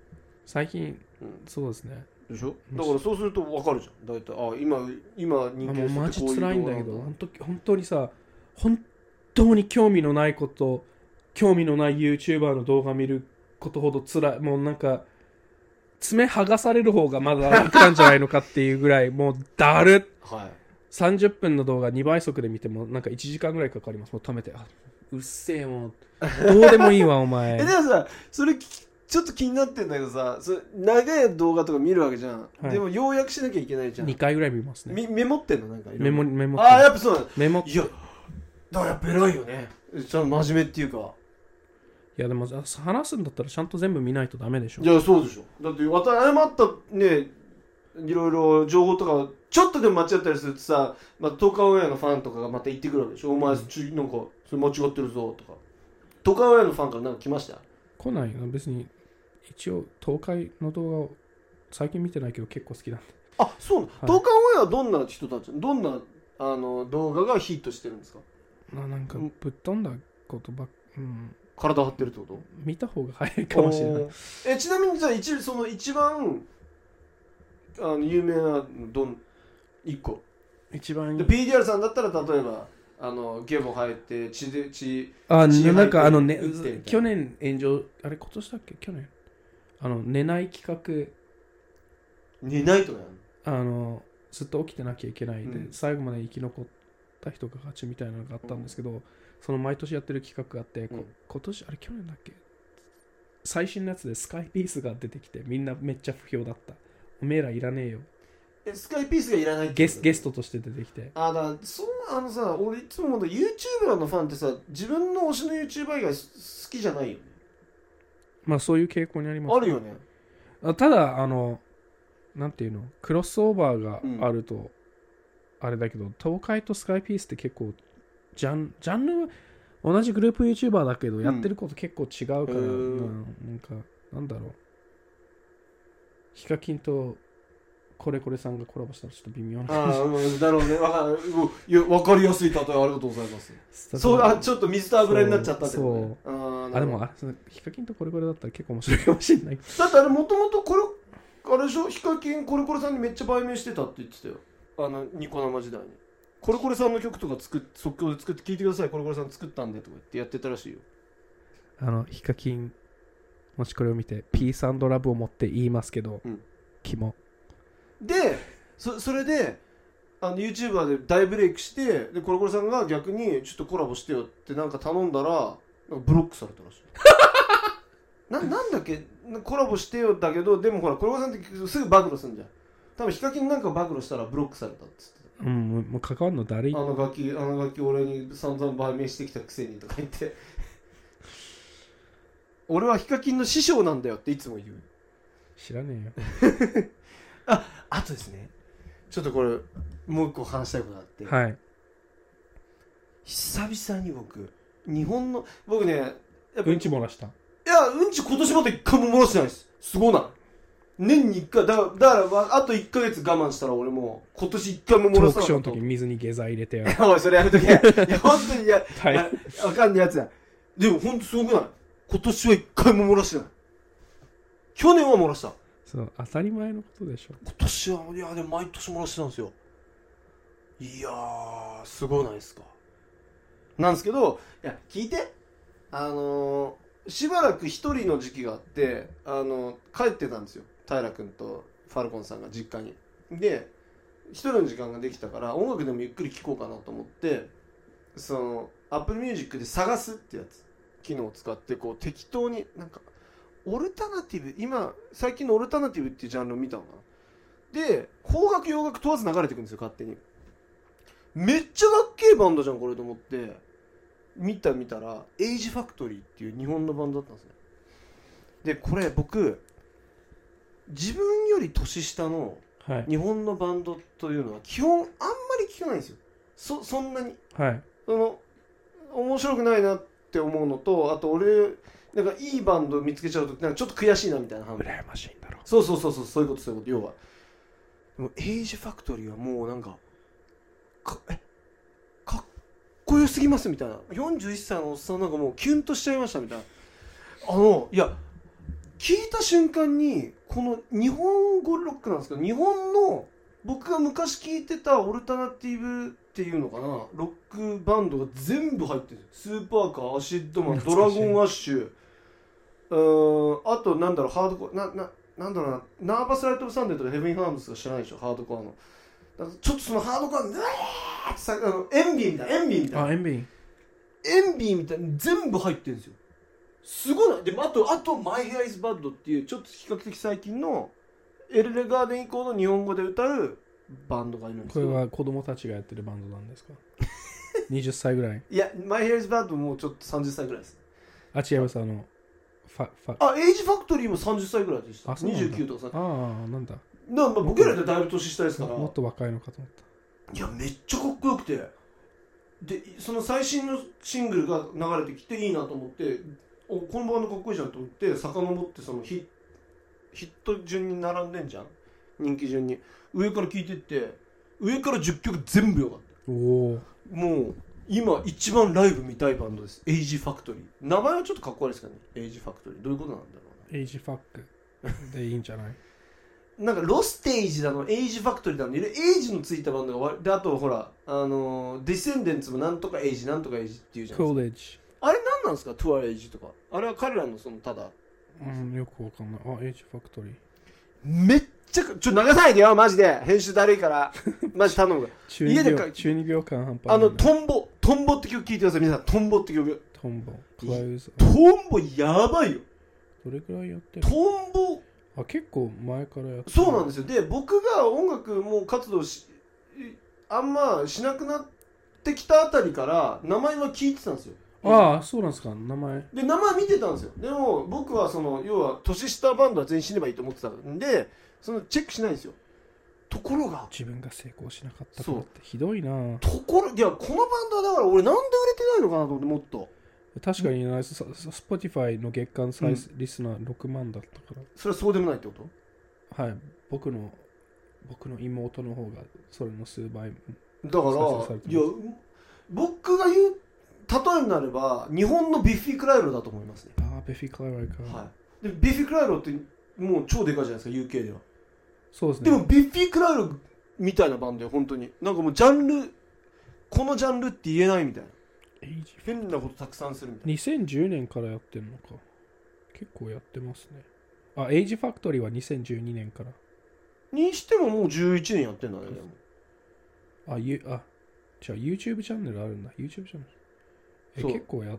B: 最近
A: うん
B: そうですね
A: でしょだからそうすると分かるじゃん大体あ今今人
B: あ
A: 気
B: もうマジ辛いんだけど
A: 動画なん
B: 本当本当にさ本当に興味のないこと興味のない YouTuber の動画見ることほど辛いもうなんか爪剥がされる方がまだ楽なんじゃないのかっていう ぐらいもうだるっ
A: だはい
B: 30分の動画2倍速で見てもなんか1時間ぐらいかかりますもう止めてあうっせえ もうどうでもいいわお前
A: えでもさそれ聞きちょっと気になってんだけどさそれ長い動画とか見るわけじゃん、
B: はい
A: でも要約しなきゃいけないじゃん
B: 2回ぐらい見ますね
A: みメモってんのなんかいろいろ
B: メモメモ
A: ああやっぱそうなんだ
B: メモ
A: いやだからやっぱ偉いよねちゃんと真面目っていうか
B: いやでもあ話すんだったらちゃんと全部見ないとダメでしょ
A: いやそうでしょだって私誤ったねいろいろ情報とかちょっとでも間違ったりするとさ、まあ、東海オンエアのファンとかがまた言ってくるわけでしょ、お前ちなんかそれ間違ってるぞとか東海オンエアのファンからなんか来ました
B: 来ないよ別に一応東海の動画を最近見てないけど結構好きなんで
A: あそうなの、
B: はい
A: 東海オンエアはどんな人たちどんなあの動画がヒットしてるんですか
B: まあなんか
A: うん
B: ぶっ飛んだことばっ、うん、
A: 体張ってるってこと
B: 見た方が早いかもしれない
A: おーえちなみにじゃあ一その一番あの有名などん一個
B: 一番
A: で PDR さんだったら例えばあのゲボ生えて血で血
B: あ
A: 口に入って
B: ねなんかあのね
A: 生きてみたいな
B: 去年炎上あれ今年だっけ去年あの寝ない企
A: 寝ないとかやる
B: 画あのずっと起きてなきゃいけないで、
A: うん
B: 最後まで生き残った人が勝ちみたいなのがあったんですけど、その毎年やってる企画があって、こ
A: うん
B: 今年あれ去年だっけ最新のやつでスカイピースが出てきてみんなめっちゃ不評だったおめえらいらねえよ
A: えスカイピースがいらないってこと
B: ゲスゲストとして出てきて
A: あだからそんなあのさ俺いつも思うんだ YouTuber のファンってさ自分の推しの YouTuber 以外す好きじゃないよね
B: まあそういう傾向にあります
A: あるよね
B: あただあのなんていうのクロスオーバーがあると、あれだけど東海とスカイピースって結構ジャンジャンルは同じグループ YouTuber だけど
A: ん
B: やってること結構違うから、
A: へー
B: ななんかなんだろうヒカキンとコレコレさんがコラボしたらちょっと微妙な
A: あ
B: 感じ
A: あうんなるほどねわかるうんいやわかりやすい例えありがとうございますそうあちょっと水と油になっちゃったってことねあーな
B: あ
A: る
B: で
A: ほど
B: もあれそのヒカキンとコレコレだったら結構面白いかもしれない
A: だってあれもともとこれあれでしょヒカキンコレコレさんにめっちゃ売名してたって言ってたよあのニコ生時代にコレコレさんの曲とか作っ即興で作って聴いてくださいコレコレさん作ったんでとか言ってやってたらしいよ
B: あのヒカキンもしこれを見てピースラブを持って言いますけど、
A: うん
B: キモ
A: でそそれであの YouTuber で大ブレイクしてでコロコロさんが逆にちょっとコラボしてよってなんか頼んだらなんかブロックされ たらしいななんだっけコラボしてよだけどでもほらコロコロさんってすぐ暴露すんじゃん多分ヒカキンなんか暴露したらブロックされたっつって
B: うん、もうもう関わるのだるい
A: あ。の楽器あの楽器俺に散々売名してきたくせにとか言って 俺はヒカキンの師匠なんだよっていつも言う
B: 知らね
A: あとですねちょっとこれもう一個話したいことがあって
B: えよ。はい。
A: 久々に僕日本の僕ねやっぱ
B: うんち漏らした。
A: いやうんち今年まで一回も漏らしてないですすごない年に一回だからだからわあと1ヶ月我慢したら俺もう今年一回も
B: ト
A: 漏ら
B: ー
A: さ
B: ク
A: な
B: ショー
A: かっ
B: の
A: た
B: 時に水に下剤入れてよ。
A: おいそれやめと けいや本当にいや
B: はい。
A: やわかんないやつだでも本当すごくない今年は一回も漏らしてない去年は漏らした
B: そう、当たり前のことでしょ。
A: 今年はいやでも毎年漏らしてたんですよいやーすごないですかなんですけどいや聞いてあのーしばらく一人の時期があって、あのー帰ってたんですよ平君とファルコンさんが実家にで一人の時間ができたから音楽でもゆっくり聴こうかなと思ってその Apple Music で探すってやつ機能を使ってこう適当になんかオルタナティブ今最近のオルタナティブっていうジャンルを見たのかなで邦楽洋楽問わず流れてくるんですよ勝手にめっちゃかっけえバンドじゃんこれと思って見た見たらエイジファクトリーっていう日本のバンドだったんですねでこれ僕自分より年下の
B: はい。
A: 日本のバンドというのは基本あんまり聞かないんですよそそんなに
B: はい。
A: その面白くないなって思うのとあと俺なんかいいバンド見つけちゃうとなんかちょっと悔しいなみたいな反応
B: 羨ましいんだろ
A: そうそうそうそうそういうことそういうこと要はでもエイジファクトリーはもうなんかかえかっこよすぎますみたいな41歳のおっさんなんかもうキュンとしちゃいましたみたいなあのいや聞いた瞬間にこの日本語ロックなんですけど日本の僕が昔聞いてたオルタナティブっていうのかなロックバンドが全部入ってるスーパーカーアシッドマンド
B: 懐
A: ラ
B: かしい
A: ゴンアッシュうーんあとなんだろうハードコアなななんだろうなナーバスライト・オブ・サンデーとかヘビー・ハームズとか知らないでしょハードコアのだからちょっとそのハードコアのうわーってさあのエンビーみたいなエンビーみたいな
B: あ、エンビン。
A: エンビーみたいに全部入ってるんですよすごないであとあと「マイ・ヘア・イズ・バッド」っていうちょっと比較的最近のエルレガーデン以降の日本語で歌うバンドがいるんです
B: これ
A: よ
B: は子供たちがやってるバンドなんです か ?20 歳ぐらい。
A: いや「マイ・ヘア・イズ・バッド」もうちょっと30歳ぐらいです
B: あ、違います。あの、ファ、ファ。あ
A: あエイジ・ファクトリーも30歳ぐらいでした
B: あそうなんだ
A: 29とかさ
B: あー、なんだ。
A: なまあ僕らってだいぶ年下ですから
B: もっと若いのかと思っ
A: いやめっちゃかっこよくてでその最新のシングルが流れてきていいなと思っておこのバンドかっこいいじゃんと思って遡ってそのヒヒット順に並んでんじゃん人気順に上から聴いてって上から10曲全部よかった
B: おおー
A: もう今一番ライブ見たいバンドですエイジファクトリー名前はちょっとかっこ悪いですかねエイジファクトリーどういうことなんだろ
B: エイジファックでいいんじゃない
A: うななんかロステージだのエイジファクトリーだのいろいろエイジのついたバンドがわであとほらあのーディセンデンツもなんとかエイジなんとかエイジっていうじゃない
B: コ
A: ですか
B: レッジ
A: あれ何なんですかトゥアエイジとかあれは彼らのそのただ
B: うんよくわかんないあエイジファクトリー
A: めっちゃちょ流さないでよマジで編集だるい からマジ頼むから
B: 中二
A: 家で
B: 病
A: か
B: 中二病感半端ない
A: あの
B: な
A: トンボトンボって曲聴いてください皆さんトンボって曲
B: トンボクラウズ
A: トンボやばいよ
B: どれくらいやってる
A: トンボ
B: あ結構前からやってる
A: そうなんですよで僕が音楽もう活動しあんましなくなってきたあたりから名前は聞いてたんですよ
B: ああそうなんですか名前
A: で名前見てたんですよでも僕はその要は年下バンドは全員死ねばいいと思ってたんでそのチェックしないんですよところが
B: 自分が成功しなかった
A: そ
B: と
A: う
B: ってひどいな
A: ところいやこのバンドはだから俺なんで売れてないのかなと思ってもっと
B: 確かになささ Spotify の月間再生リスナー6万だったか
A: それはそうでもないってこと
B: ら、はい僕の僕の妹の方がそれの数倍
A: だから
B: 再生されてます
A: いや僕が言う例えになれば日本のビッフィー・クライロだと思いますね
B: ああベフィクライライか、
A: はい、でビッフィー・クライロってもう超でかいじゃないですか UK では、
B: そうですね
A: でもビッフィー・クライロみたいなバンドよ本当になんかもうジャンルこのジャンルって言えないみたいな変なことたくさんするみたい
B: 2010年からやってるのか結構やってますねあエイジファクトリーは2012年から
A: なにしてももう11年やってんだねでも
B: あ、ゆあ、じゃあ YouTube チャンネルあるんだ。YouTube チャンネル。え、
A: そう
B: 結構や、
A: い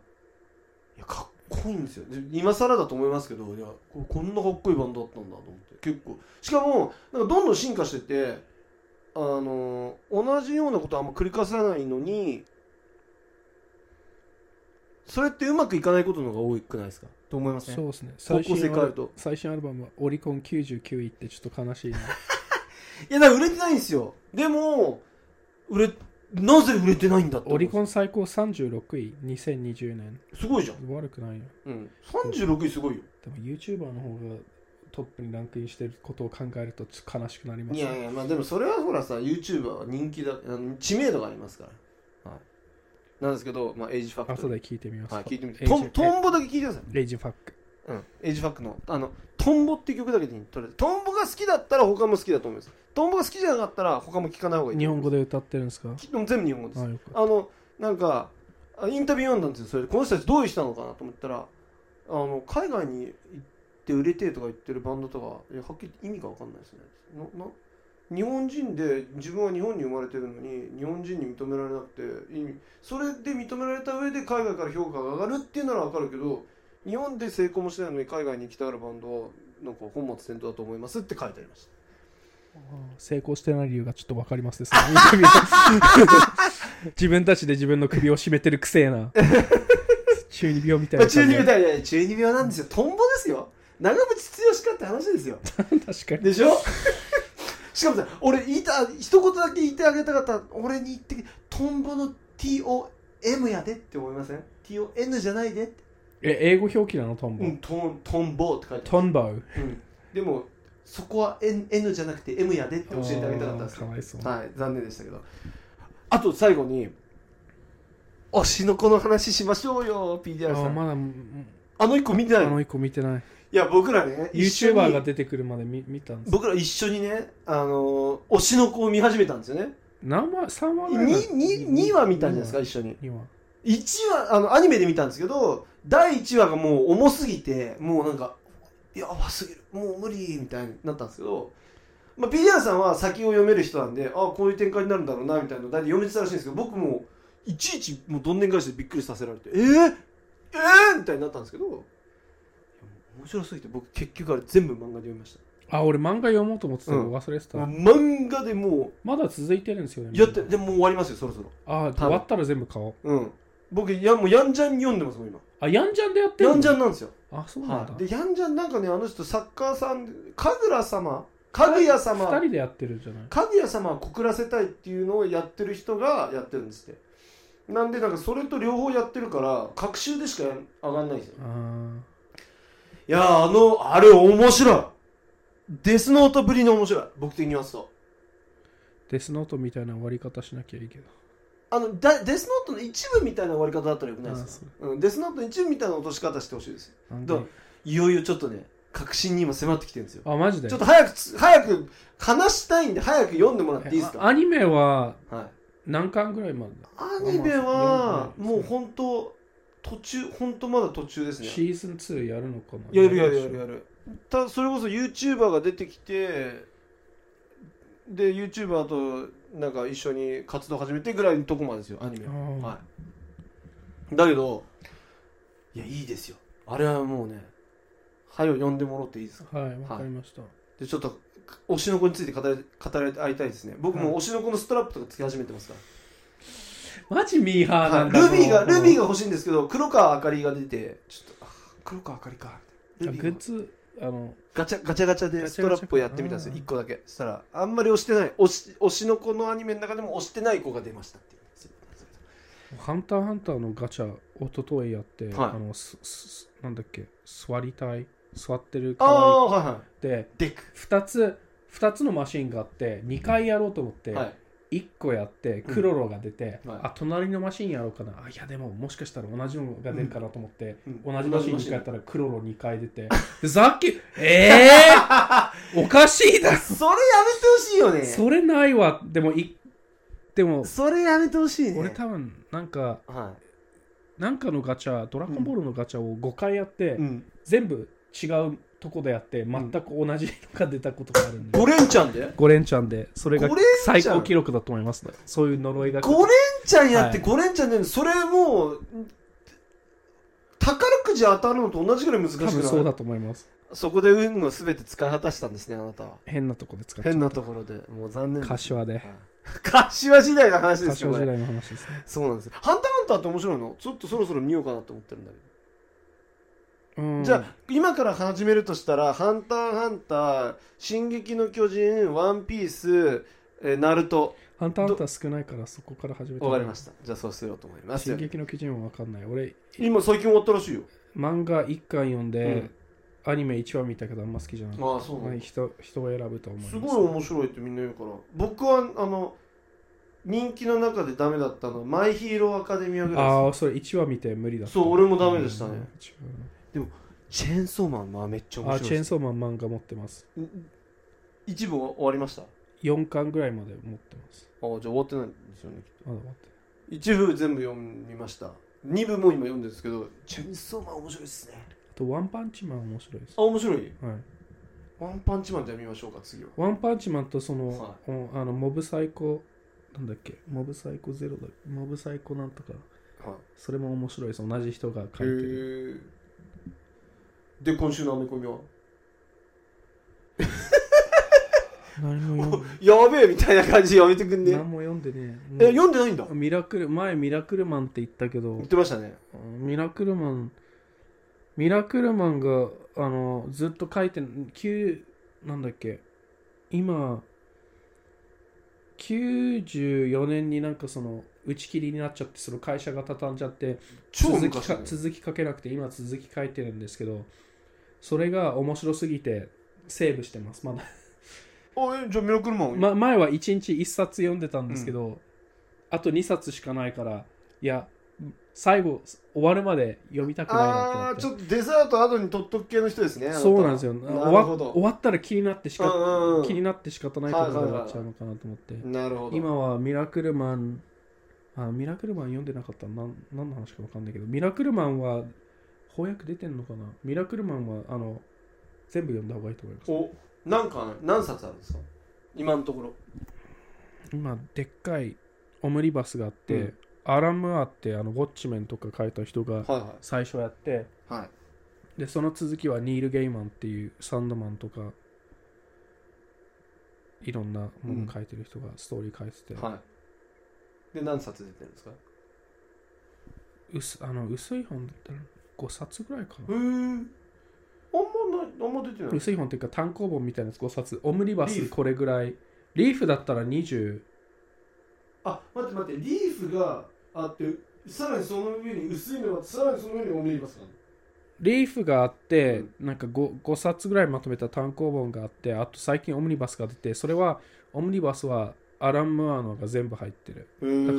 A: やかっこいいんですよで今更だと思いますけどいやここんなかっこいいバンドだったんだと思って結構しかもなんかどんどん進化しててあの同じようなことあんま繰り返さないのにそれってうまくいかないことの方が多くないですかと思いますね
B: そうですね。
A: 方向
B: 最新
A: 性変
B: ア
A: わる
B: ル
A: と
B: 最新アルバムはオリコン99位ってちょっと 悲しいな。
A: いやだから売れてないんですよでも売れなぜ売れてないんだって
B: オリコ
A: ン
B: ン最高36位、2020年。
A: すごいじゃん、
B: 悪くないよ。
A: うん、36位すごいよ
B: でも YouTuber の方がトップにランクインしてることを考えるとちょっと悲しくなります
A: い
B: ね。
A: やいやまあでもそれはほらさ YouTuber は人気だあの知名度がありますから、はい、なんですけど、まあ、エイジファク
B: 後
A: ト
B: で聞いてみます。
A: はい聞いてみて
B: エイジ
A: トントンボだけ聞いてください、
B: エイジファック。
A: うん、エイジファクトのあのトンボって曲だけでいいとりあえずトンボが好きだったら他も好きだと思いますトンボが好きじゃなかったら他も聞かない方がいい
B: 日本語
A: で
B: で歌ってるんですか
A: 全部日本語です
B: あ、よく。
A: あのなんかあインタビュー読んだんですよそれでこの人たちどういう人なのかなと思ったらあの海外に行って売れてとか言ってるバンドとかいやはっきり意味が分かんないですねなな日本人で自分は日本に生まれてるのに日本人に認められなくて意味それで認められた上で海外から評価が上がるっていうなら分かるけど日本で成功もしないのに海外に行きたがるバンドはなんか本末転倒だと思いますって書いてありました
B: 成功してない理由がちょっとわかりますですね。インタビュ ーで自分たちで自分の首を絞めてるくせえな。中二病みたい
A: まあ
B: な感じ。
A: 中二病だよね中二病なんですよトンボですよ長渕剛かって話ですよ
B: 確かに。
A: でしょしかもさ俺言いた一言だけ言ってあげたかったら俺に言ってトンボの TOM やでって思いません ?TON じゃないでって
B: え、英語表記なのトンボ。
A: うんトントンボって書いてあ
B: トンボ。
A: る、うん、でもそこは N, N じゃなくて M やでって教えてあげたかったんです
B: かわいそう。
A: はい残念でしたけどあと最後に推しの子の話しましょうよ PDR さ
B: あ、
A: んあ,、
B: まだ、うん
A: の一個見て
B: あ
A: ないの
B: の一個見てない。
A: いや僕らね一緒に
B: YouTuber が出てくるまで見見たんです。
A: 僕ら一緒にねあのー推しの子を見始めたんですよね
B: 何話 ?3 話ぐらいだ
A: にに2話見たんじゃないですか一緒に
B: 二話。
A: 1話あのアニメで見たんですけど第1話がもう重すぎてもうなんかやばすぎるもう無理みたいになったんですけど、まあ、PDR さんは先を読める人なんであこういう展開になるんだろうなみたいなの大体読めてたらしいんですけど僕もいちいちもうどんでん返しでびっくりさせられてえー、えー、みたいになったんですけどいやもう面白すぎて僕結局あれ全部漫画で読みまし
B: あ、俺漫画読もうと思ってたの
A: うん
B: 忘れて
A: た
B: た。
A: もう漫画でも
B: まだ続いてるんですよね。
A: うやってでももう終わりますよそろそろ
B: あ、終わったら全部買おう。
A: うん僕やもうやんじゃん読んでますもん今
B: あ、ヤンジャンでやってる
A: やんじゃ
B: ん。
A: んなんですよ
B: あ、そうなん
A: はい、
B: だ。
A: でヤンジャンなんかねあの人サッカーさん神楽様神谷様
B: 二人でやってるじゃない。
A: 神谷様を告らせたいっていうのをやってる人がやってるんですってなんでなんかそれと両方やってるから隔週でしかやん上がんないんですよ
B: あー
A: いやーあのあれ面白いデスノートぶりに面白い僕的に言わすと
B: デスノートみたいな終わり方しなきゃいいけど
A: あのだデスノートの一部みたいな終わり方だったらよくないですか、うん、デスノートの一部みたいな落とし方してほしいです
B: なん
A: どういよいよちょっとね確信に今迫ってきてるんですよ
B: あマジで
A: ちょっと早くつ早く話したいんで早く読んでもらっていいです
B: あア
A: か
B: ニメは
A: はい
B: 何巻ぐらいまでだ
A: アニメはもう本当途中本当まだ途中ですね
B: シーズン2やるのかな
A: やるやるやるやるたそれこそ YouTuber が出てきてで YouTuber となんか一緒に活動始めてぐらいのとこまでですよアニメ
B: あ
A: は、
B: ー
A: はい、だけどいやいいですよあれはもうねはよ読んでもらっていいですか
B: はいわかりました、
A: でちょっと推しの子について語り語り合いたいですね僕も
B: は
A: 推しの子のストラップとかつけ始めてますから
B: マジミーハー
A: は
B: ないんだ、
A: ルビーがルビー
B: が
A: が欲しいんですけど黒川あかりが出てちょっとあ黒川あかりかルビ
B: グ
A: ー
B: ッ
A: が
B: ズあの
A: ガチャガチャガチャでストラップをやってみたんですよ
B: ガチャガチ
A: 1個
B: ャ
A: だけそしたらあんまり押してない推し推しの子のアニメの中でも押してない子が出ましたっていう
B: ハンターハンターのガチャ一昨日やって、
A: はい
B: あのすすなんだっけ座りたい座ってる
A: ああ
B: 可
A: はいは
B: 愛いで
A: いデック
B: 2つ2つのマシンがあって2回やろうと思って、
A: はい
B: 1個やってクロロが出て、
A: うんはい
B: あ隣のマシンやろうかなあいやでももしかしたら同じのが出るかなと思って、
A: うん
B: 同じマシン2回や
A: 同
B: っ
A: じ
B: たらクロロ2回出てでさっきええ ー、おかしいだ
A: マシンそれやめてほしいよね
B: それないわでもいでも
A: それやめてほしいね
B: 俺多分なんか
A: は
B: なんかのガチャドラゴンボールのガチャを5回やって、
A: い、うん、
B: 全部違うとこでやって全く同じのが出たことがあるんで、
A: 5連チャンで
B: 5連チャンでそれが
A: 五連チャン
B: 最高記録だと思います、ね、そういう呪いが
A: 5連チャンやって
B: は
A: 5連チャンでそれもう宝くじ当たるのと同じぐらい難しく
B: 多
A: ない
B: 分そうだと思います
A: そこで運を全て使い果たしたんですねあなたは
B: 変なとこで使っちゃっ
A: 変なところでもう残念
B: た柏で
A: 柏時代の話ですよ
B: 柏
A: こ
B: 時
A: れ
B: 代の話ですね
A: そうなんですよハンターハンターって面白いのちょっとそろそろ見ようかなと思ってるんだけど、
B: うん
A: じゃあ今から始めるとしたら「ハンターハンター」「進撃の巨人」「ワンピース」えーナルト
B: ハンターハンター少ないからそこから始め」て
A: わかりましたじゃあそうしようと思います
B: 進撃の基準は分かんない俺
A: 今最近終わったらしいよ
B: 漫画1巻読んで、アニメ1話見たけどあんま好きじゃない
A: ああそうな
B: ま
A: ん
B: あ、
A: だ
B: 人人を選ぶと思います
A: すごい面白いってみんな言うから僕はあの人気の中でダメだったのはマイヒーローアカデミアぐらいです
B: ああそれ1話見て無理だった
A: そう俺もダメでしたね
B: うん一
A: チェーンソーマンはめっちゃ
B: 話あ
A: 面
B: ーチ
A: 白
B: ェー
A: い
B: ンソーマン漫画持ってます
A: 一部終わりましたあ
B: 4巻ぐらいまで持ってます
A: じゃあ終わってないんですよね
B: まだ待って
A: 一部全部読みました二部も今読んでるんですけどチェーンソーマン面白いですね
B: あとワンパンチマン面白いです、
A: あ面白い
B: はい、
A: ワンパンチマンじゃあ見ましょうか次は
B: ワンパンチマンとその,
A: は
B: お、あのモブサイコなんだっけモブサイコゼロだモブサイコなんとか
A: はい
B: それも面白いです同じ人が書いてる
A: へえで今週のアメコミは
B: 何も
A: や
B: 読ん
A: べえみたいな感じでやめてくん ね
B: 何も読んでね
A: え
B: もう
A: 読んでないんだ
B: ミラクル前ミラクルマンって言ったけど
A: 言ってましたね
B: ミラクルマンミラクルマンがあのずっと書いて9なんだっけ今94年になんかその打ち切りになっちゃってその会社が畳んじゃって
A: 超
B: 続き
A: 昔だ
B: か
A: ね
B: 続き書けなくて今続き書いてるんですけどそれが面白すぎてセーブしてますまだ、
A: あえじゃあミラクルマン、
B: ま、前は1日1冊読んでたんですけど、あと2冊しかないからいや最後終わるまで読みたくないなってな
A: あ
B: っ
A: ー
B: て
A: ちょっとデザート後に取っとく系の人ですねあた
B: そうなんですよ。
A: な
B: 終
A: る
B: わ
A: ほど
B: 終わったら気になってし
A: うんうんう
B: か
A: ん
B: 気になって仕方ないこと
A: はいは
B: に
A: いはい
B: なっちゃうのかなと思って。
A: なるほど
B: 今はミラクルマン、あミラクルマン読んでなかったら何何の話かわかんないけど、ミラクルマンは翻訳出てんのかなミラクルマンはあの全部読んだ方がいいと思います。
A: おなんか何冊あるんですか今のところ
B: 今、でっかいオムニバスがあって、
A: うん
B: アラムアってあのウォッチメンとか書いた人が
A: はい
B: 最初やって、
A: はいはい
B: でその続きはニール・ゲイマンっていうサンドマンとかいろんなものを書いてる人がストーリー書いてて、
A: はいで何冊出てるんですか
B: 薄あの薄い本だったら5冊ぐらいか
A: う
B: な、
A: ーんあんまないあんま出てない
B: 薄い本っていうか単行本みたいなやつ5冊オムニバ
A: リー
B: ス
A: フ
B: これぐらいリーフだったら20
A: あ待って待ってリーフがあってさらにその上に薄いのがあってさらにその上にオムニバスがある
B: リーフがあって、
A: うん
B: なんか 5, 5冊ぐらいまとめた単行本があってあと最近オムニバスが出てそれはオムニバスはアラン・ムーアのが全部入ってる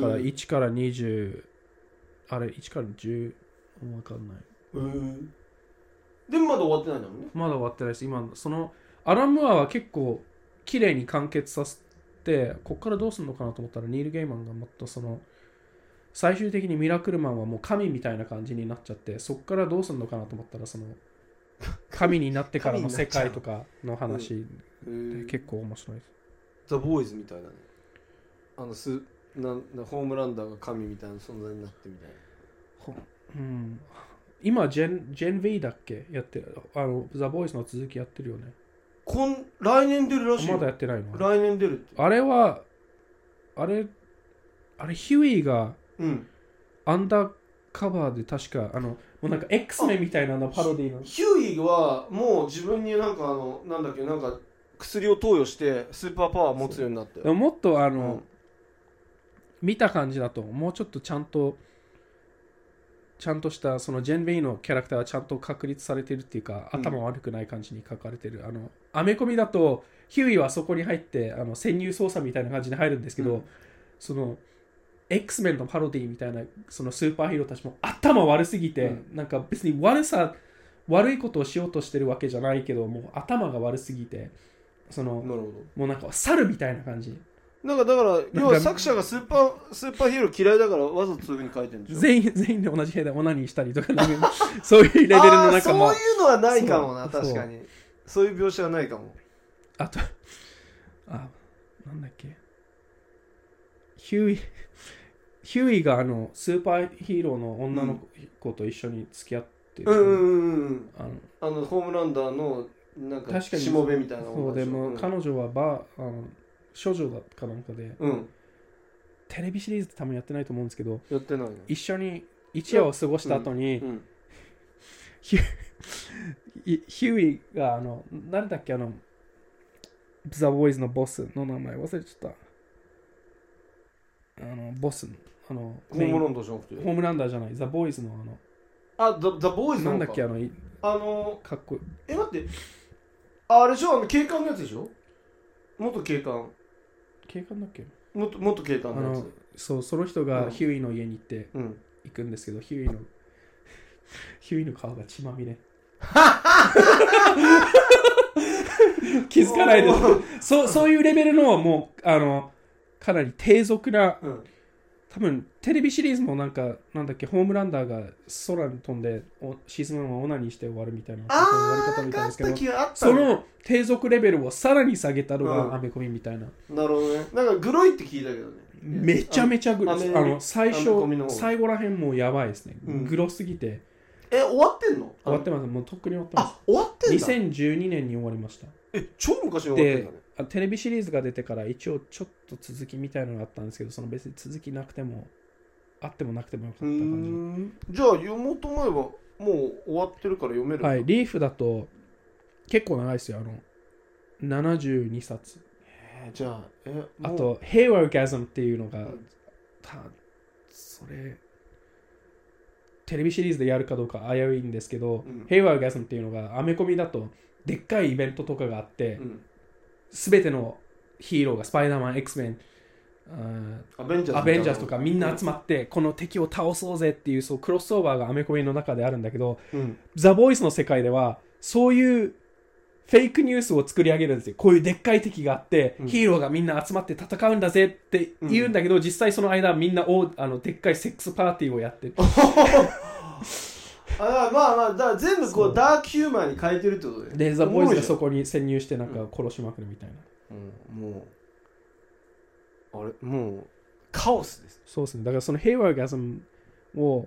B: だから
A: い
B: 1から20あれ1から10わかんない
A: でもまだ終わってないんだもんね
B: まだ終わってないです今そのアラン・ムーアは結構綺麗に完結させてこっからどうするのかなと思ったらニール・ゲイマンがまたその最終的にミラクルマンはもう神みたいな感じになっちゃってそっからどうするのかなと思った らその神になってからの世界とかの話で結構面白いです
A: ザ・ボーイズみたいだねあのスなんなホームランダーが神みたいな存在になってみたいな
B: ほうん、今ジェンジェン・ヴェイだっけやってるあのザ・ボーイスの続きやってるよね
A: こん来年出るらしいよ
B: まだやってないの
A: 来年出るって
B: あれはあれあれヒューイが
A: うん
B: アンダーカバーで確かあのもうなんか X メンみたいなのパロディの
A: ヒューイはもう自分になんかあのなんだっけなんか薬を投与してスーパーパワー持つようになって
B: でももっとあ
A: う
B: の、
A: ん
B: 見た感じだともうちょっとちゃんとちゃんとしたそのジェン・ベイのキャラクターはちゃんと確立されてるっていうか
A: うん
B: 頭悪くない感じに書かれてる、あのアメコミだとヒューイはそこに入ってあの潜入捜査みたいな感じで入るんですけど、
A: うん
B: その X メンのパロディみたいなそのスーパーヒーローたちも頭悪すぎて、
A: う
B: なんか別に悪さ悪いことをしようとしてるわけじゃないけどもう頭が悪すぎてその、
A: なるほど
B: もうなんか猿みたいな感じ
A: なんかだから要は作者がスーパースーパーヒーロー嫌いだからわざとそういうふうに書いてるんでしょ
B: 全員全員で同じ部屋でオナニーしたりとか、なんか そういうレベルの
A: あー
B: 中
A: そ
B: も
A: ういうのはないかもな
B: そう
A: 確かにそういう描写はないかも
B: あとあなんだっけヒューイヒューイがあのスーパーヒーローの女の子と一緒に付き合ってる、
A: うんうんうんうん
B: あの
A: あのホームランダーのなんか
B: 確かに
A: しもべみたいな
B: そうでも、
A: うん
B: 彼女はバーあの少女だかなんかで
A: うん
B: テレビシリーズって多分やってないと思うんですけど
A: やってないね
B: 一緒に一夜を過ごした後に、
A: うん
B: いヒューイがあの誰だっけあのザ・ボーイズのボスの名前忘れちゃったあのボスあの
A: ホーム
B: メ
A: ランダーじゃなく
B: イン
A: て
B: ホームランダーじゃないザ・ボーイズの
A: あ
B: あ
A: ザ・ザボーイ
B: の
A: ズの方
B: なん
A: か
B: だっけあのい
A: あの
B: かっこいい
A: え待ってああれでしょあの警官のやつでしょ元警官
B: 警官だっけ
A: 元元警
B: あ
A: 官のや
B: の
A: つ
B: そうその人
A: う
B: が
A: ん
B: ヒューイの家に行って
A: うん
B: 行くんですけど、ヒューイの ヒューイの顔が血ま みれ気づかないで
A: おー
B: すそうそういうレベルのもうあのかなり低俗な
A: うん
B: 多分テレビシリーズもなんかなんだっけホームランダーが空に飛んでおシーズン1はオナニーして終わるみたいな
A: あ
B: 終わり方
A: ー
B: みた
A: が
B: いで
A: あっ
B: すけど
A: た気があった
B: そ
A: ね
B: の低俗レベルをさらに下げたの
A: うん
B: がアメコミみたいな、
A: なるほどねなんかグロいって聞いたけどね
B: めちゃめちゃグロ
A: アメ
B: あの
A: ア
B: 最
A: メ
B: 初
A: コミの方
B: 最後らへんもうやばいですね、
A: うん
B: グロすぎて
A: え終わってんの
B: 終わってますもうとっくに終わってま
A: あ終わってんだ
B: す2012年に終わりました
A: え超昔に終わってん
B: で
A: だね
B: あテレビシリーズが出てから一応ちょっと続きみたいのがあったんですけどその別に続きなくてもあってもなくてもよかった
A: うー
B: 感じ
A: んじゃあ読もうと思えばもう終わってるから読めるんだ
B: はい、リーフだと結構長いですよ、あの72冊。
A: えーじゃあえ
B: あ
A: もう
B: と、ヘイワーガズムっていうの
A: う
B: が
A: ん、
B: たそれ、テレビシリーズでやるかどうか危ういんですけど、
A: うん
B: ヘイワーガズムっていうのが、アメコミだと、でっかいイベントとかがあって
A: う、ん
B: すべ、てのヒーローが、スパイダーマン、X メン、うん
A: アベンジャーズ
B: アベンジャーズとかみんな集
A: ま
B: まって、この敵を倒そうぜっていう、そうクロスオーバーがアメコミの中であるんだけど、
A: うん
B: ザ・ボイスの世界では、そういうフェイクニュースを作り上げるんですよ。こういうでっかい敵があって、
A: うん
B: ヒーローがみんな集まって戦うんだぜって言うんだけど、実際その間みんなおあのでっかいセックスパーティーをやってて、
A: あまあまあだから全部こ
B: そう
A: うダークヒューマンに変えてるってことで
B: で、ザ・ボーイズがそ
A: こ、
B: こに潜入してなんか殺しまくるみたいな。
A: うん、もうあれもうカオスです
B: そうですね。だからそのヘイワーガズムを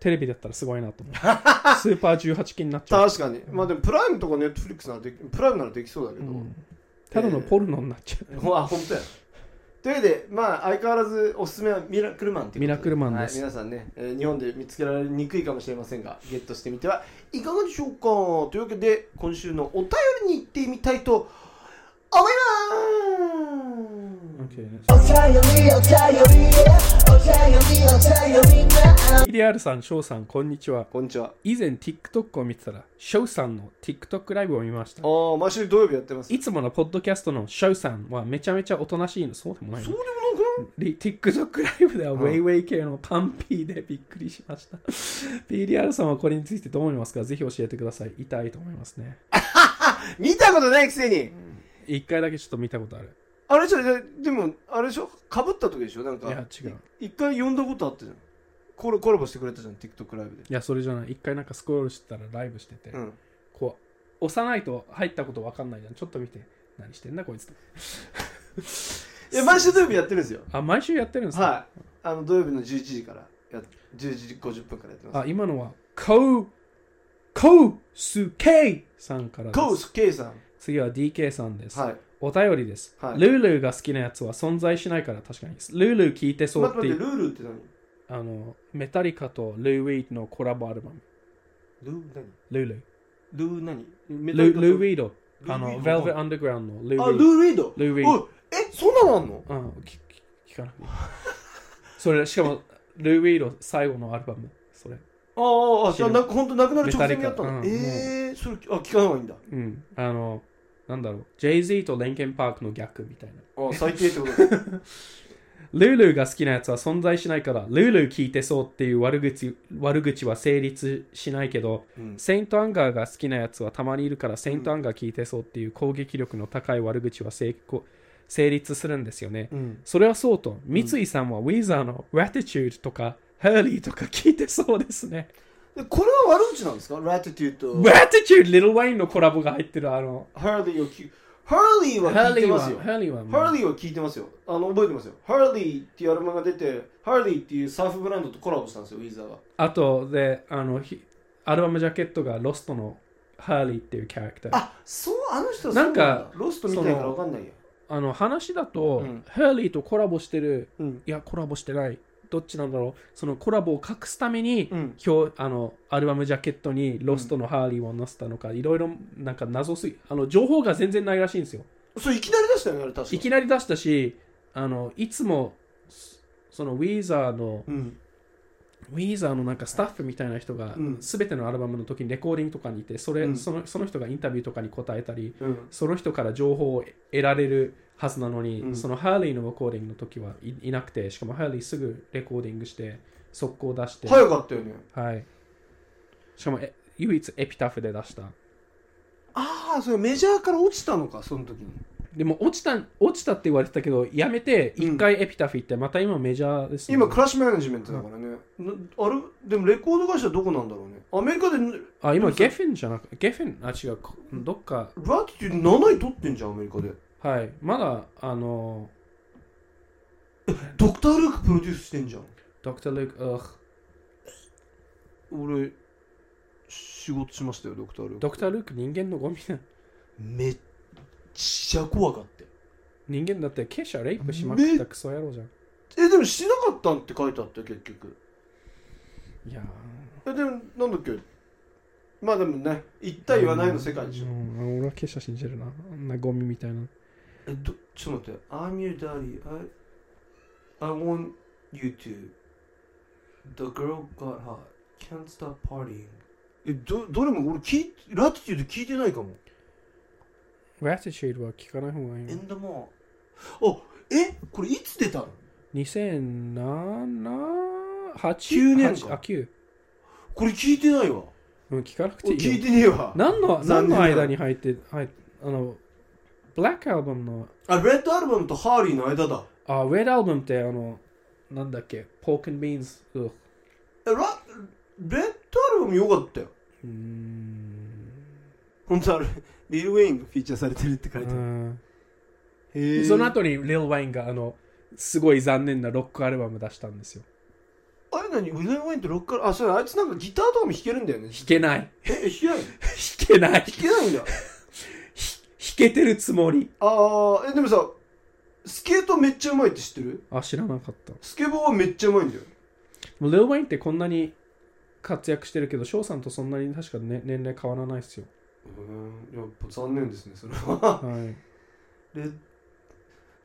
B: テレビだったらすごいなと思う。スーパー18期になっちゃう。
A: 確かにまあでもプライムとかネットフリックスならできプライムならできそうだけ
B: う
A: ど、
B: んただのポルノになっちゃう。
A: ほあ本当やというわけでまあ相変わらずおすすめはミラクルマンということで
B: ミラクルマンです
A: はい、皆さんね、えー日本で見つけられにくいかもしれませんがゲットしてみてはいかがでしょうかというわけで今週のお便りに行ってみたいと思います
B: PDR さん、翔さん、こんにちは。
A: こんにちは。
B: 以前 TikTok を見てたら、翔さんの TikTok ライブを見ました。
A: ああ、毎週土曜日やってます。
B: いつものポッドキャストの翔さんはめちゃめちゃおとなしいの、そうでもないの
A: そうでもな
B: で TikTok ライブではウ
A: ん
B: ェイウェイ系のパンピーでびっくりしました。PDR さんはこれについてどう思いますかぜひ教えてください。痛いと思いますね。
A: くない見たことないくせに。
B: 一回だけちょっと見たことある。
A: あれじゃ、でも、あれでしょかぶった時でしょなん
B: いや
A: か、、
B: 違う。
A: 一回呼んだことあったじゃん。コラコラボしてくれたじゃん、TikTok ライブで。
B: いや、それじゃない。一回なんかスクロールしてたらライブしてて、
A: うん。
B: こう、押さないと入ったことわかんないじゃん。ちょっと見て、何してんだこいつ。
A: いや、毎週土曜日やってるんですよ。
B: あ、毎週やってるんですか、
A: はい。あの、土曜日の11時からや、11時50分からやってます。
B: あ、今のは、コウ、コウスケイさんからです。
A: コース K さん。
B: 次は DK さんです。
A: はい。
B: お便りです、
A: はい
B: ルールが好きなやつは存在しないから確かにです。ルール聞いてそう
A: 待っ
B: ってて
A: 待
B: 言
A: っ
B: う
A: て、ルールって何
B: あの、メタリカとルーウィードのコラボアルバム。
A: ルー何
B: ルール。
A: ルー何メ
B: ルールーウ
A: イ
B: ィード。あの、ベルベアンダーグラウンドのルー
A: あ、
B: ウィ
A: ル
B: ー
A: ー・
B: ド。
A: リード。
B: ルーウィード。
A: おいえ、そんなのあんの
B: うん、聞聞かなくていい。それ、しかも、ルー・ウィード最後のアルバム、それ。
A: ああ、あ、
B: 知
A: じ
B: る
A: ゃあ、なんか本当なくなる直前にやった
B: メタリカ
A: の。
B: うん
A: ええ、それ、あ、聞かない方がいいんだ。
B: うん、あの、なんだろう、Jay-Z とレンケン・パークの逆みたいな。
A: あ、最低って ことだ。
B: ルールが好きなやつは存在しないから、ルール聞いてそうっていう悪口悪口は成立しないけど、
A: うん
B: セイント・アンガーが好きなやつはたまにいるから、セイント・アンガー聞いてそうっていう攻撃力の高い悪口は成功成立するんですよね。
A: うん。
B: それはそうと、三井さんはウィザーの Ratitude とか、ハーリーとか聞いてそうですね。
A: でこれは悪口なんですかラティテューと。
B: Ratitude、Little Wayne のコラボが入ってる、あの、
A: ハーリーを聞ハーリーは
B: ハー
A: 聞い
B: リ
A: て
B: ーは、
A: ますよ。
B: ハーリーはもう、
A: ハーリーは聞いてますよ。あの、覚えてますよ。ハーリーっていうアルバムが出て、ハーリーっていうサーフブランドとコラボしたんですよ、ウィザーが。
B: あとで、あの、ひアルバムジャケットがロストのハーリーっていうキャラクター。
A: あ、そう、あの人はそう
B: なんか
A: だロストみたいからわかんないや。
B: あの話だと、
A: うん
B: ハーリーとコラボしてる、
A: うん。
B: いや、コラボしてない、どっちなんだろう、そのコラボを隠すために、
A: うん。
B: 今日あのアルバムジャケットにロストのハーリーを載せたのか、いろいろなんか謎すぎあの情報が全然ないらしいんですよ。
A: それいきなり出したよね、あれ確か。
B: いきなり出したし、あのいつもそそのウィーザーの、
A: うん。
B: ウィーザーのなんかスタッフみたいな人が、
A: うん
B: すべてのアルバムの時にレコーディングとかにいて、それ、
A: うん
B: そのその人がインタビューとかに答えたり、
A: うん。
B: その人から情報を得られるはずなのに、
A: うん
B: そのハーリーのレコーディングの時はいいなくて、しかもハーリーすぐレコーディングして、速攻出して、
A: 早かったよね。
B: はいしかもえ唯一エピタフで出した。
A: ああ、それメジャーから落ちたのか、その時に。
B: でも落ちた落ちたって言われてたけど、やめて、
A: うん
B: 一回エピタフ行って、また今メジャーですね
A: 今、クラッシュマネジメントだからね。なあれでもレコード会社どこなんだろうね。アメリカで、
B: あ
A: で
B: 今
A: もそ
B: ゲフェンじゃなくゲフェン、あ、違う、こどっか、
A: ラティテュード7位取ってんじゃん、アメリカで。
B: はい、まだ、あの、
A: ドクター・ルークプロデュースしてんじゃん。
B: ドクター・ルーク、うっ
A: 俺、仕事しましたよ、ドクター・ルーク。
B: ドクター・ルーク人間のゴミだ。
A: めっちゃ怖かったよ。
B: 人間だって、ケシャレイプしまくったクソ野郎じゃん。
A: え、でもしなかったんって書いてあったよ、結局。
B: いや
A: え、でも、なんだっけ。まあでもね、言っ
B: ー。
A: た言わないの世界でしょ
B: う。んうん俺はケシャ信じるな。あんなゴミみたいな。
A: えどちょっと待って。I'm your daddy. I, I want you to. The girl got hot. Can't stop partying. え、ど、どれも俺聞い、ラティチュード聞いてないかも。
B: ラティチュードは聞かない方がいい
A: エ
B: よ。
A: ンドモー。あ、えこれいつ出たの
B: 2007、
A: 九
B: 8
A: 年
B: 八あ、9。
A: これ聞いてないわ。
B: うん、聞かなくて
A: 俺
B: いいよ
A: 聞い。てねえわ。
B: 何の何
A: 残念なが
B: の
A: ら
B: 間に入って、はい、あの、ブラックアルバムの、
A: あ、レッドアルバムとハーリーの間だ。
B: あ、レッドアルバムって、あの、なんだっけ、ポークンビーンズ、う
A: え、ラ、レッドアルバム良かったよ。
B: ーん。
A: 本当あれ、リル・ウェインがフィーチャーされてるって書いてある。
B: うん
A: へえ。
B: その後に、リル・ワインが、あの、すごい残念なロックアルバム出したんですよ。
A: あれ何ウィル・ウェインってロックから、あ、そうあいつなんかギターとかも弾けるんだよね。
B: 弾けない。
A: え、弾けないの 弾
B: 弾けない。
A: けないんだ。
B: 弾けてるつもり。
A: あー、え、でもさ、スケートめっちゃうまいって知ってる
B: あ、知らなかった。
A: スケボーはめっちゃうまいんだよ。
B: もうレオ・ワインってこんなに活躍してるけど、翔さんとそんなに確か、ね、年齢変わらないですよ。
A: うーん、やっぱ残念ですね、それは。
B: はい。
A: レッ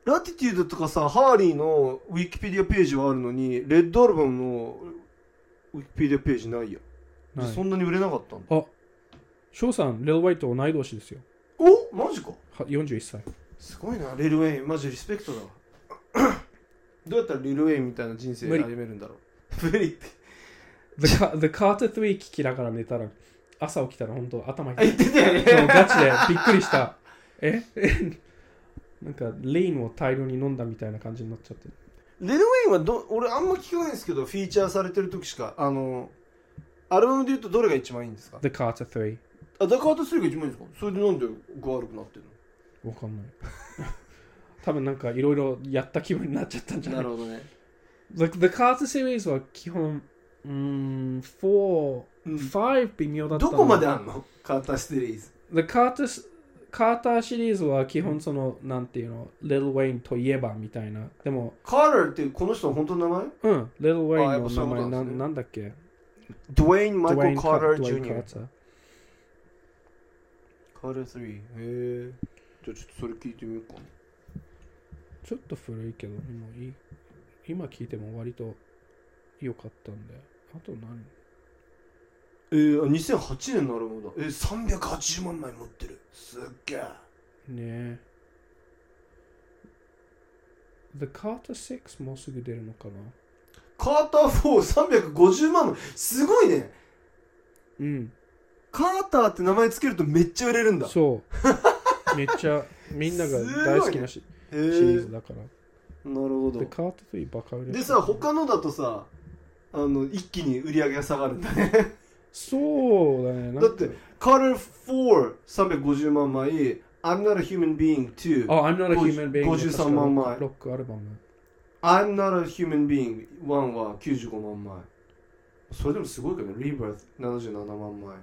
A: ラティテュードとかさハーリーのウィキペディアページはあるのにレッドアルバムのウィキペディアページないやで
B: はい
A: そんなに売れなかったんだ
B: あ翔さんレル・ワイト同い年ですよ
A: おマジか
B: は41歳
A: すごいなリル・ウェインマジリスペクトだわ どうやったらリル・ウェインみたいな人生
B: 無理
A: 歩めるんだろう無理って
B: The, Ca- The Carter 3聞きながら寝たら朝起きたら本当頭
A: あ
B: 痛い
A: 言ってた よね
B: そうガチでびっくりしたえ えなんかレインを大量に飲んだみたいな感じになっちゃって
A: レル・ウェインはど俺あんま聞かないんですけどフィーチャーされてる時しかあのアルバムで言うとどれが一番いいんですか
B: The Carter 3
A: あダカート3が一番いいんですかそれでなんで具悪くなってる
B: わかんない多分なんかいろいろやった気分になっちゃったんじゃ
A: の
B: ない
A: ほどね
B: The, The Cards Series は基本、うーん、4、
A: うん
B: 5微妙だった
A: ど
B: な
A: こまであんのカーターシリーズ
B: ?The Cards カーターシリーズは基本その、なんていうの、Lil Wayne といえばみたいな。でも、
A: カーターってこの人の本当の名前
B: うん、Lil
A: あや
B: Wayne
A: っぱ
B: の
A: そ
B: 名
A: ういうことな
B: 前なん
A: ですね
B: んなんだっけ
A: ドウェイン・マイクル・カ
B: Dwayne
A: ーター・ジュ
B: Dwayne
A: ニア
B: Carter
A: カーター3へえじゃあちょっとそれ聞いてみようかな
B: ちょっと古いけど、今いい今聞いても割と良かったんで。あと何
A: えー、あ2008年のアルバムだえー、380万枚持ってるすっげえ
B: ねえ。The Carter 6もうすぐ出るのかな
A: カーター4350万枚すごいね
B: うん。
A: カーターって名前つけるとめっちゃ売れるんだへ
B: そう。 めっちゃみんなが大好きなし、
A: え
B: シリーズだから。
A: なるほ
B: で、
A: ど
B: カート3バカ売れ。
A: でさ他のだとさあの一気に売り上げが下がるんだね
B: そうだね。なん
A: だ
B: か
A: ってカーター4350万枚 I'm not a human being too
B: あ、I'm not a human being
A: 53万枚
B: ロックアルバム。
A: I'm not a human being 1は95万枚それでもすごいけどね Rebirth77 万枚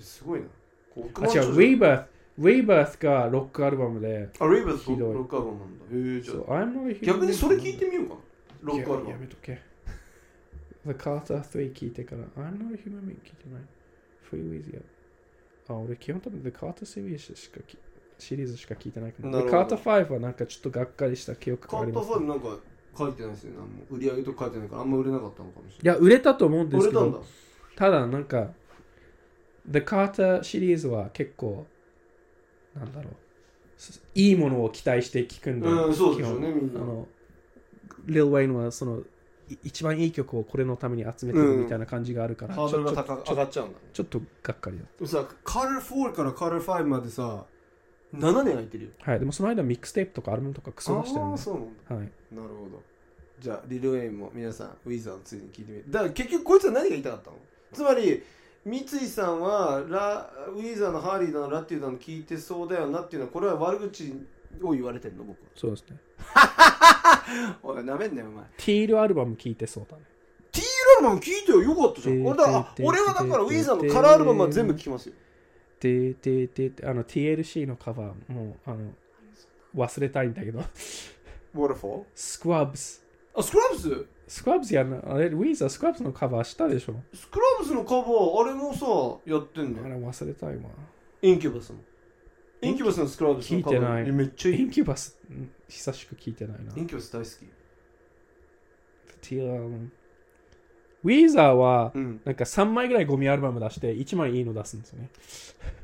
A: すごいな億
B: あ、
A: 万
B: 違
A: 長
B: う、
A: 者
B: Rebirth。Rebirth がロックアルバムで、
A: あ Rebirth
B: ひどい
A: ロックアルバムなんだへえじゃ
B: そ
A: あ
B: う I'm not a human being
A: 逆にそれ聞いてみようかなロックアル
B: い
A: バ
B: やや
A: ム
B: めとけ。The Carter 3聞いてから、I'm not a human being 聞いてない。Free with you. あ、俺基本多分 The Carter シリーズしかきシリーズしか聞いてないか
A: な
B: ら。
A: る
B: The
A: ほど
B: Carter 5はなんかちょっとがっかりした記憶
A: カ
B: があり
A: ーター
B: ます
A: ファイブなんか書いてないですよね何も売り上げとか書いてないからあんま売れなかったのかもし
B: いや、売れたと思う
A: れ
B: ん
A: な
B: で
A: い
B: す
A: 売
B: け
A: れたんだ
B: ど、ただなんか、The Carter シリーズは結構、なんだろう、すいいものを期待して聞くんだよ
A: うんそうですよねみん
B: あ
A: な
B: の、Lil Wayne はその、い一番いい曲をこれのために集めてるみたいな感じがあるから、
A: ハー
B: ち
A: ド
B: ょ
A: ルが
B: ちょ
A: 高く上がっちゃうんだ
B: ちょっとがっかりだっ
A: でもさカーター4からカーター5までさ7年空いてるよ
B: た。はい、でもその間ミックステープとかアルバムとかクソ出してる
A: あ
B: ん
A: ー
B: で、
A: そうなんだ
B: はい、
A: なるほどじゃあリル・ウェインも皆さんウィザーのついに聞いてみるだから結局こいつは何が言いたかったのつまり三井さんはラウィザーのハーリーだのラッティだの聞いてそうだよなっていうのはこれは悪口を言われてんの僕
B: そうですね。
A: はおいなめんなよお前
B: ティールアルバム聴いてそうだね。
A: アルバム聞いてよよかったじゃん俺だあ俺はだからウィザーのカラーアルバムは全部聞きますよ
B: で、で、で、であの TLC のカバー、もう、あの、忘れたいんだけど、
A: Waterfall?
B: スクワブス。
A: あスクラブズ
B: スクワブスやんな、あれ、ウィザースクワブスのカバーしたでしょ。
A: スクラブズのカバーあれもさやってん
B: あ
A: だよ
B: れ、忘れたいわ。
A: インキュバスのインキュバスのスクラブズのカバー
B: 聞いてない
A: やめっちゃい
B: イ
A: い
B: ンキュバス、うん久しく聴いてないな
A: イ。ンキュバス大好き
B: ティールアルバム。ウィザーは、
A: うん
B: なんか3枚ぐらいゴミアルバム出して、1枚いいの出すんですよね。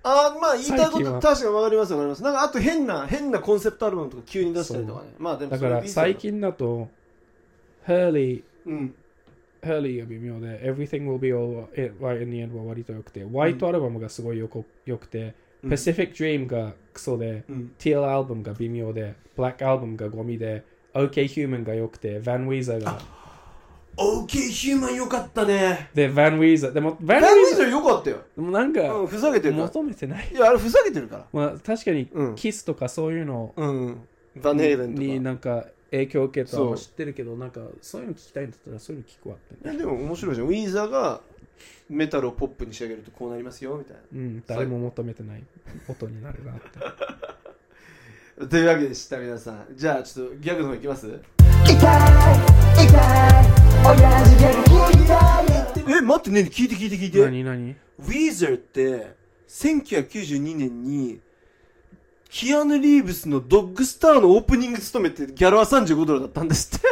A: あーまあ言いたいこ
B: 最近
A: と
B: は
A: 確かにわかりますわかりますなんかあと変な変なコンセプトアルバムとか急に出したりとかねまあでも
B: だ
A: そ
B: か
A: れ
B: ら、最近だと、ハーリー、
A: うん
B: ハーリーが微妙で、Everything Will Be Alright in the End は割と良くて、ホワイトアルバムがすごいよこ良くて、
A: うん
B: Pacific Dream がクソで、
A: うん
B: TL アルバムが微妙で、Black アルバムがゴミで、OK Human が良くて、Van Weezer が。
A: OK ヒューマンよかったね
B: で、Van Weezer。でも、Van
A: ランウィ
B: Weezer
A: ザーよかったよ
B: でもなんか
A: うんふざけてるか
B: 求めてない。
A: らいやあれふざけてるから
B: まあ確かに
A: うん、
B: キスとかそういうの
A: うん、バネーベンとか
B: になんか影響を受けた
A: そ
B: の
A: う
B: は知ってるけど、なんかそういうの聞きたいんだったらそういうの聞くわって
A: い。やでも面白いじゃんウィーザーがメタルをポップに仕上げるとこうなりますよみたい
B: うん、誰も求めてない音になるなって。
A: なというわけでした皆さんじゃあちょっとギャグの方いきます
C: 痛い痛い親父ギャグ聞いたい
A: え待ってね聞いて聞 いて聞いて
B: 何何
A: ウィーザーって1992年にヒアヌ・リーブスのドッグスターのオープニング務めてギャラは35ドルだったんですって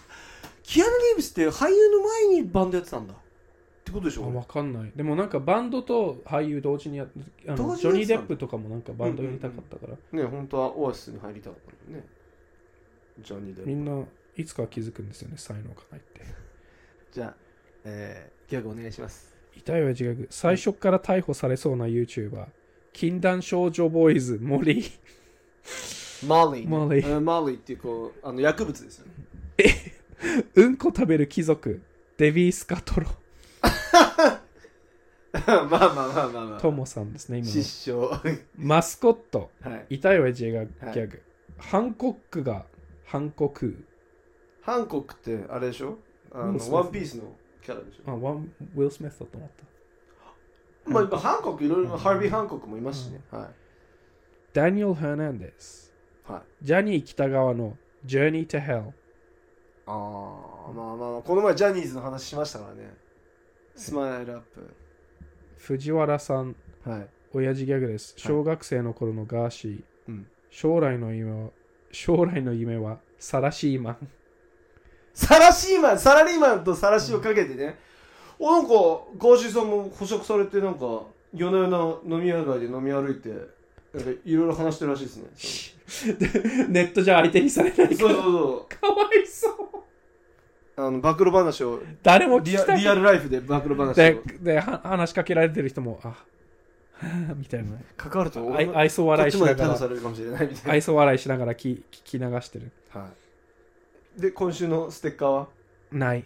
A: ヒアヌ・リーブスって俳優の前にバンドやってたんだってことでしょ
B: あわかんないでもなんかバンドと俳優同時にやっあ
A: 同
B: の
A: 時
B: ジョ
A: に
B: ニ
A: やってた
B: ー・デップとかもなんかバンドやりたかったから、
A: ね本当はオアシスに入りたかったんだよねジャニーだよ
B: みんないつか気づくんですよね才能がないって
A: じゃあ、えー、ギャグお願いします
B: 痛いは違う最初から逮捕されそうな YouTuber 禁断少女ボーイズ森
A: マリー、
B: モリー
A: えーマリーっていうこうあの薬物ですよね
B: うんこ食べる貴族デビー・スカトロ
A: まあまあまあまあまあ
B: トモさんですね今の
A: 失笑 はい
B: マスコット痛いは違うギャグ、ハンコックがハンコク
A: ハンコックってあれでしょあ
B: うんそうそう
A: のワンピースのキャラでしょ
B: ーあワンウィル・スミスだと思った
A: まあ今ハンコックいろいろハービー・ハンコックもいますしねは
B: ダニエル・ハーナンデス
A: いはい
B: ジャニー北川の Journey to Hell
A: あーまあまあまあこの前ジャニーズの話しましたからねスマイルアップ
B: 藤原さん
A: はい
B: 親父ギャグです小学生の頃のガーシー、
A: うん
B: 将来の夢は将来の夢はサラシーマン
A: サラシーマンサラリーマンとサラシーをかけてね、おなんかガーシーさんも捕食されてなんか夜な夜な飲み屋街で飲み歩いてなんかいろいろ話してるらしいですね
B: ネットじゃ相手にされないか
A: そう
B: ら
A: そうそう
B: かわいそう
A: あの暴露話を
B: 誰も聞き
A: リ
B: た
A: ア
B: くない
A: リアルライフで暴露話
B: で
A: を
B: では話しかけられてる人もあ みたいなね
A: 関わると
B: 愛
A: 俺も
B: 愛想
A: こ
B: 笑
A: っ
B: い
A: ち
B: し
A: ま
B: な
A: で
B: が
A: 逮捕
B: ら
A: されるかもしれないみたい
B: 愛想笑いしながら聞聞き流してる
A: な、はい、で今週のステッカーは
B: ない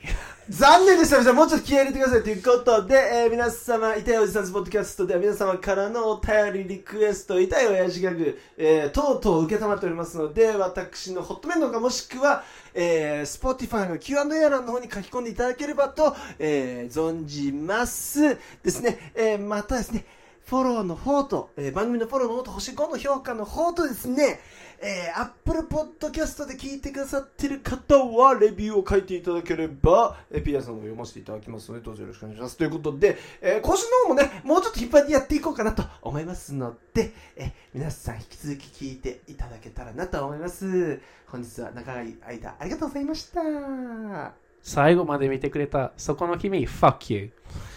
A: 残念でした皆さんもうちょっと気合い入れてくださいということで、えー皆様痛いおじさんズポッドキャストでは皆様からのお便りリクエスト痛い親父ギャグ、えー、とうとう受けたまっておりますので私のホットメンのかもしくは、えー、Spotify の Q&A 欄の方に書き込んでいただければと、えー存じますですね、えーまたですねフォローの方と、えー番組のフォローの方と星5の評価の方とですね、えー、Apple Podcast で聞いてくださってる方はレビューを書いていただければ、えー、ピアさんも読ませていただきますのでどうぞよろしくお願いしますということで、えー今週の方もねもうちょっと頻繁にやっていこうかなと思いますので、えー皆さん引き続き聞いていただけたらなと思います本日は長い間ありがとうございました
B: 最後まで見てくれたそこの君 Fuck you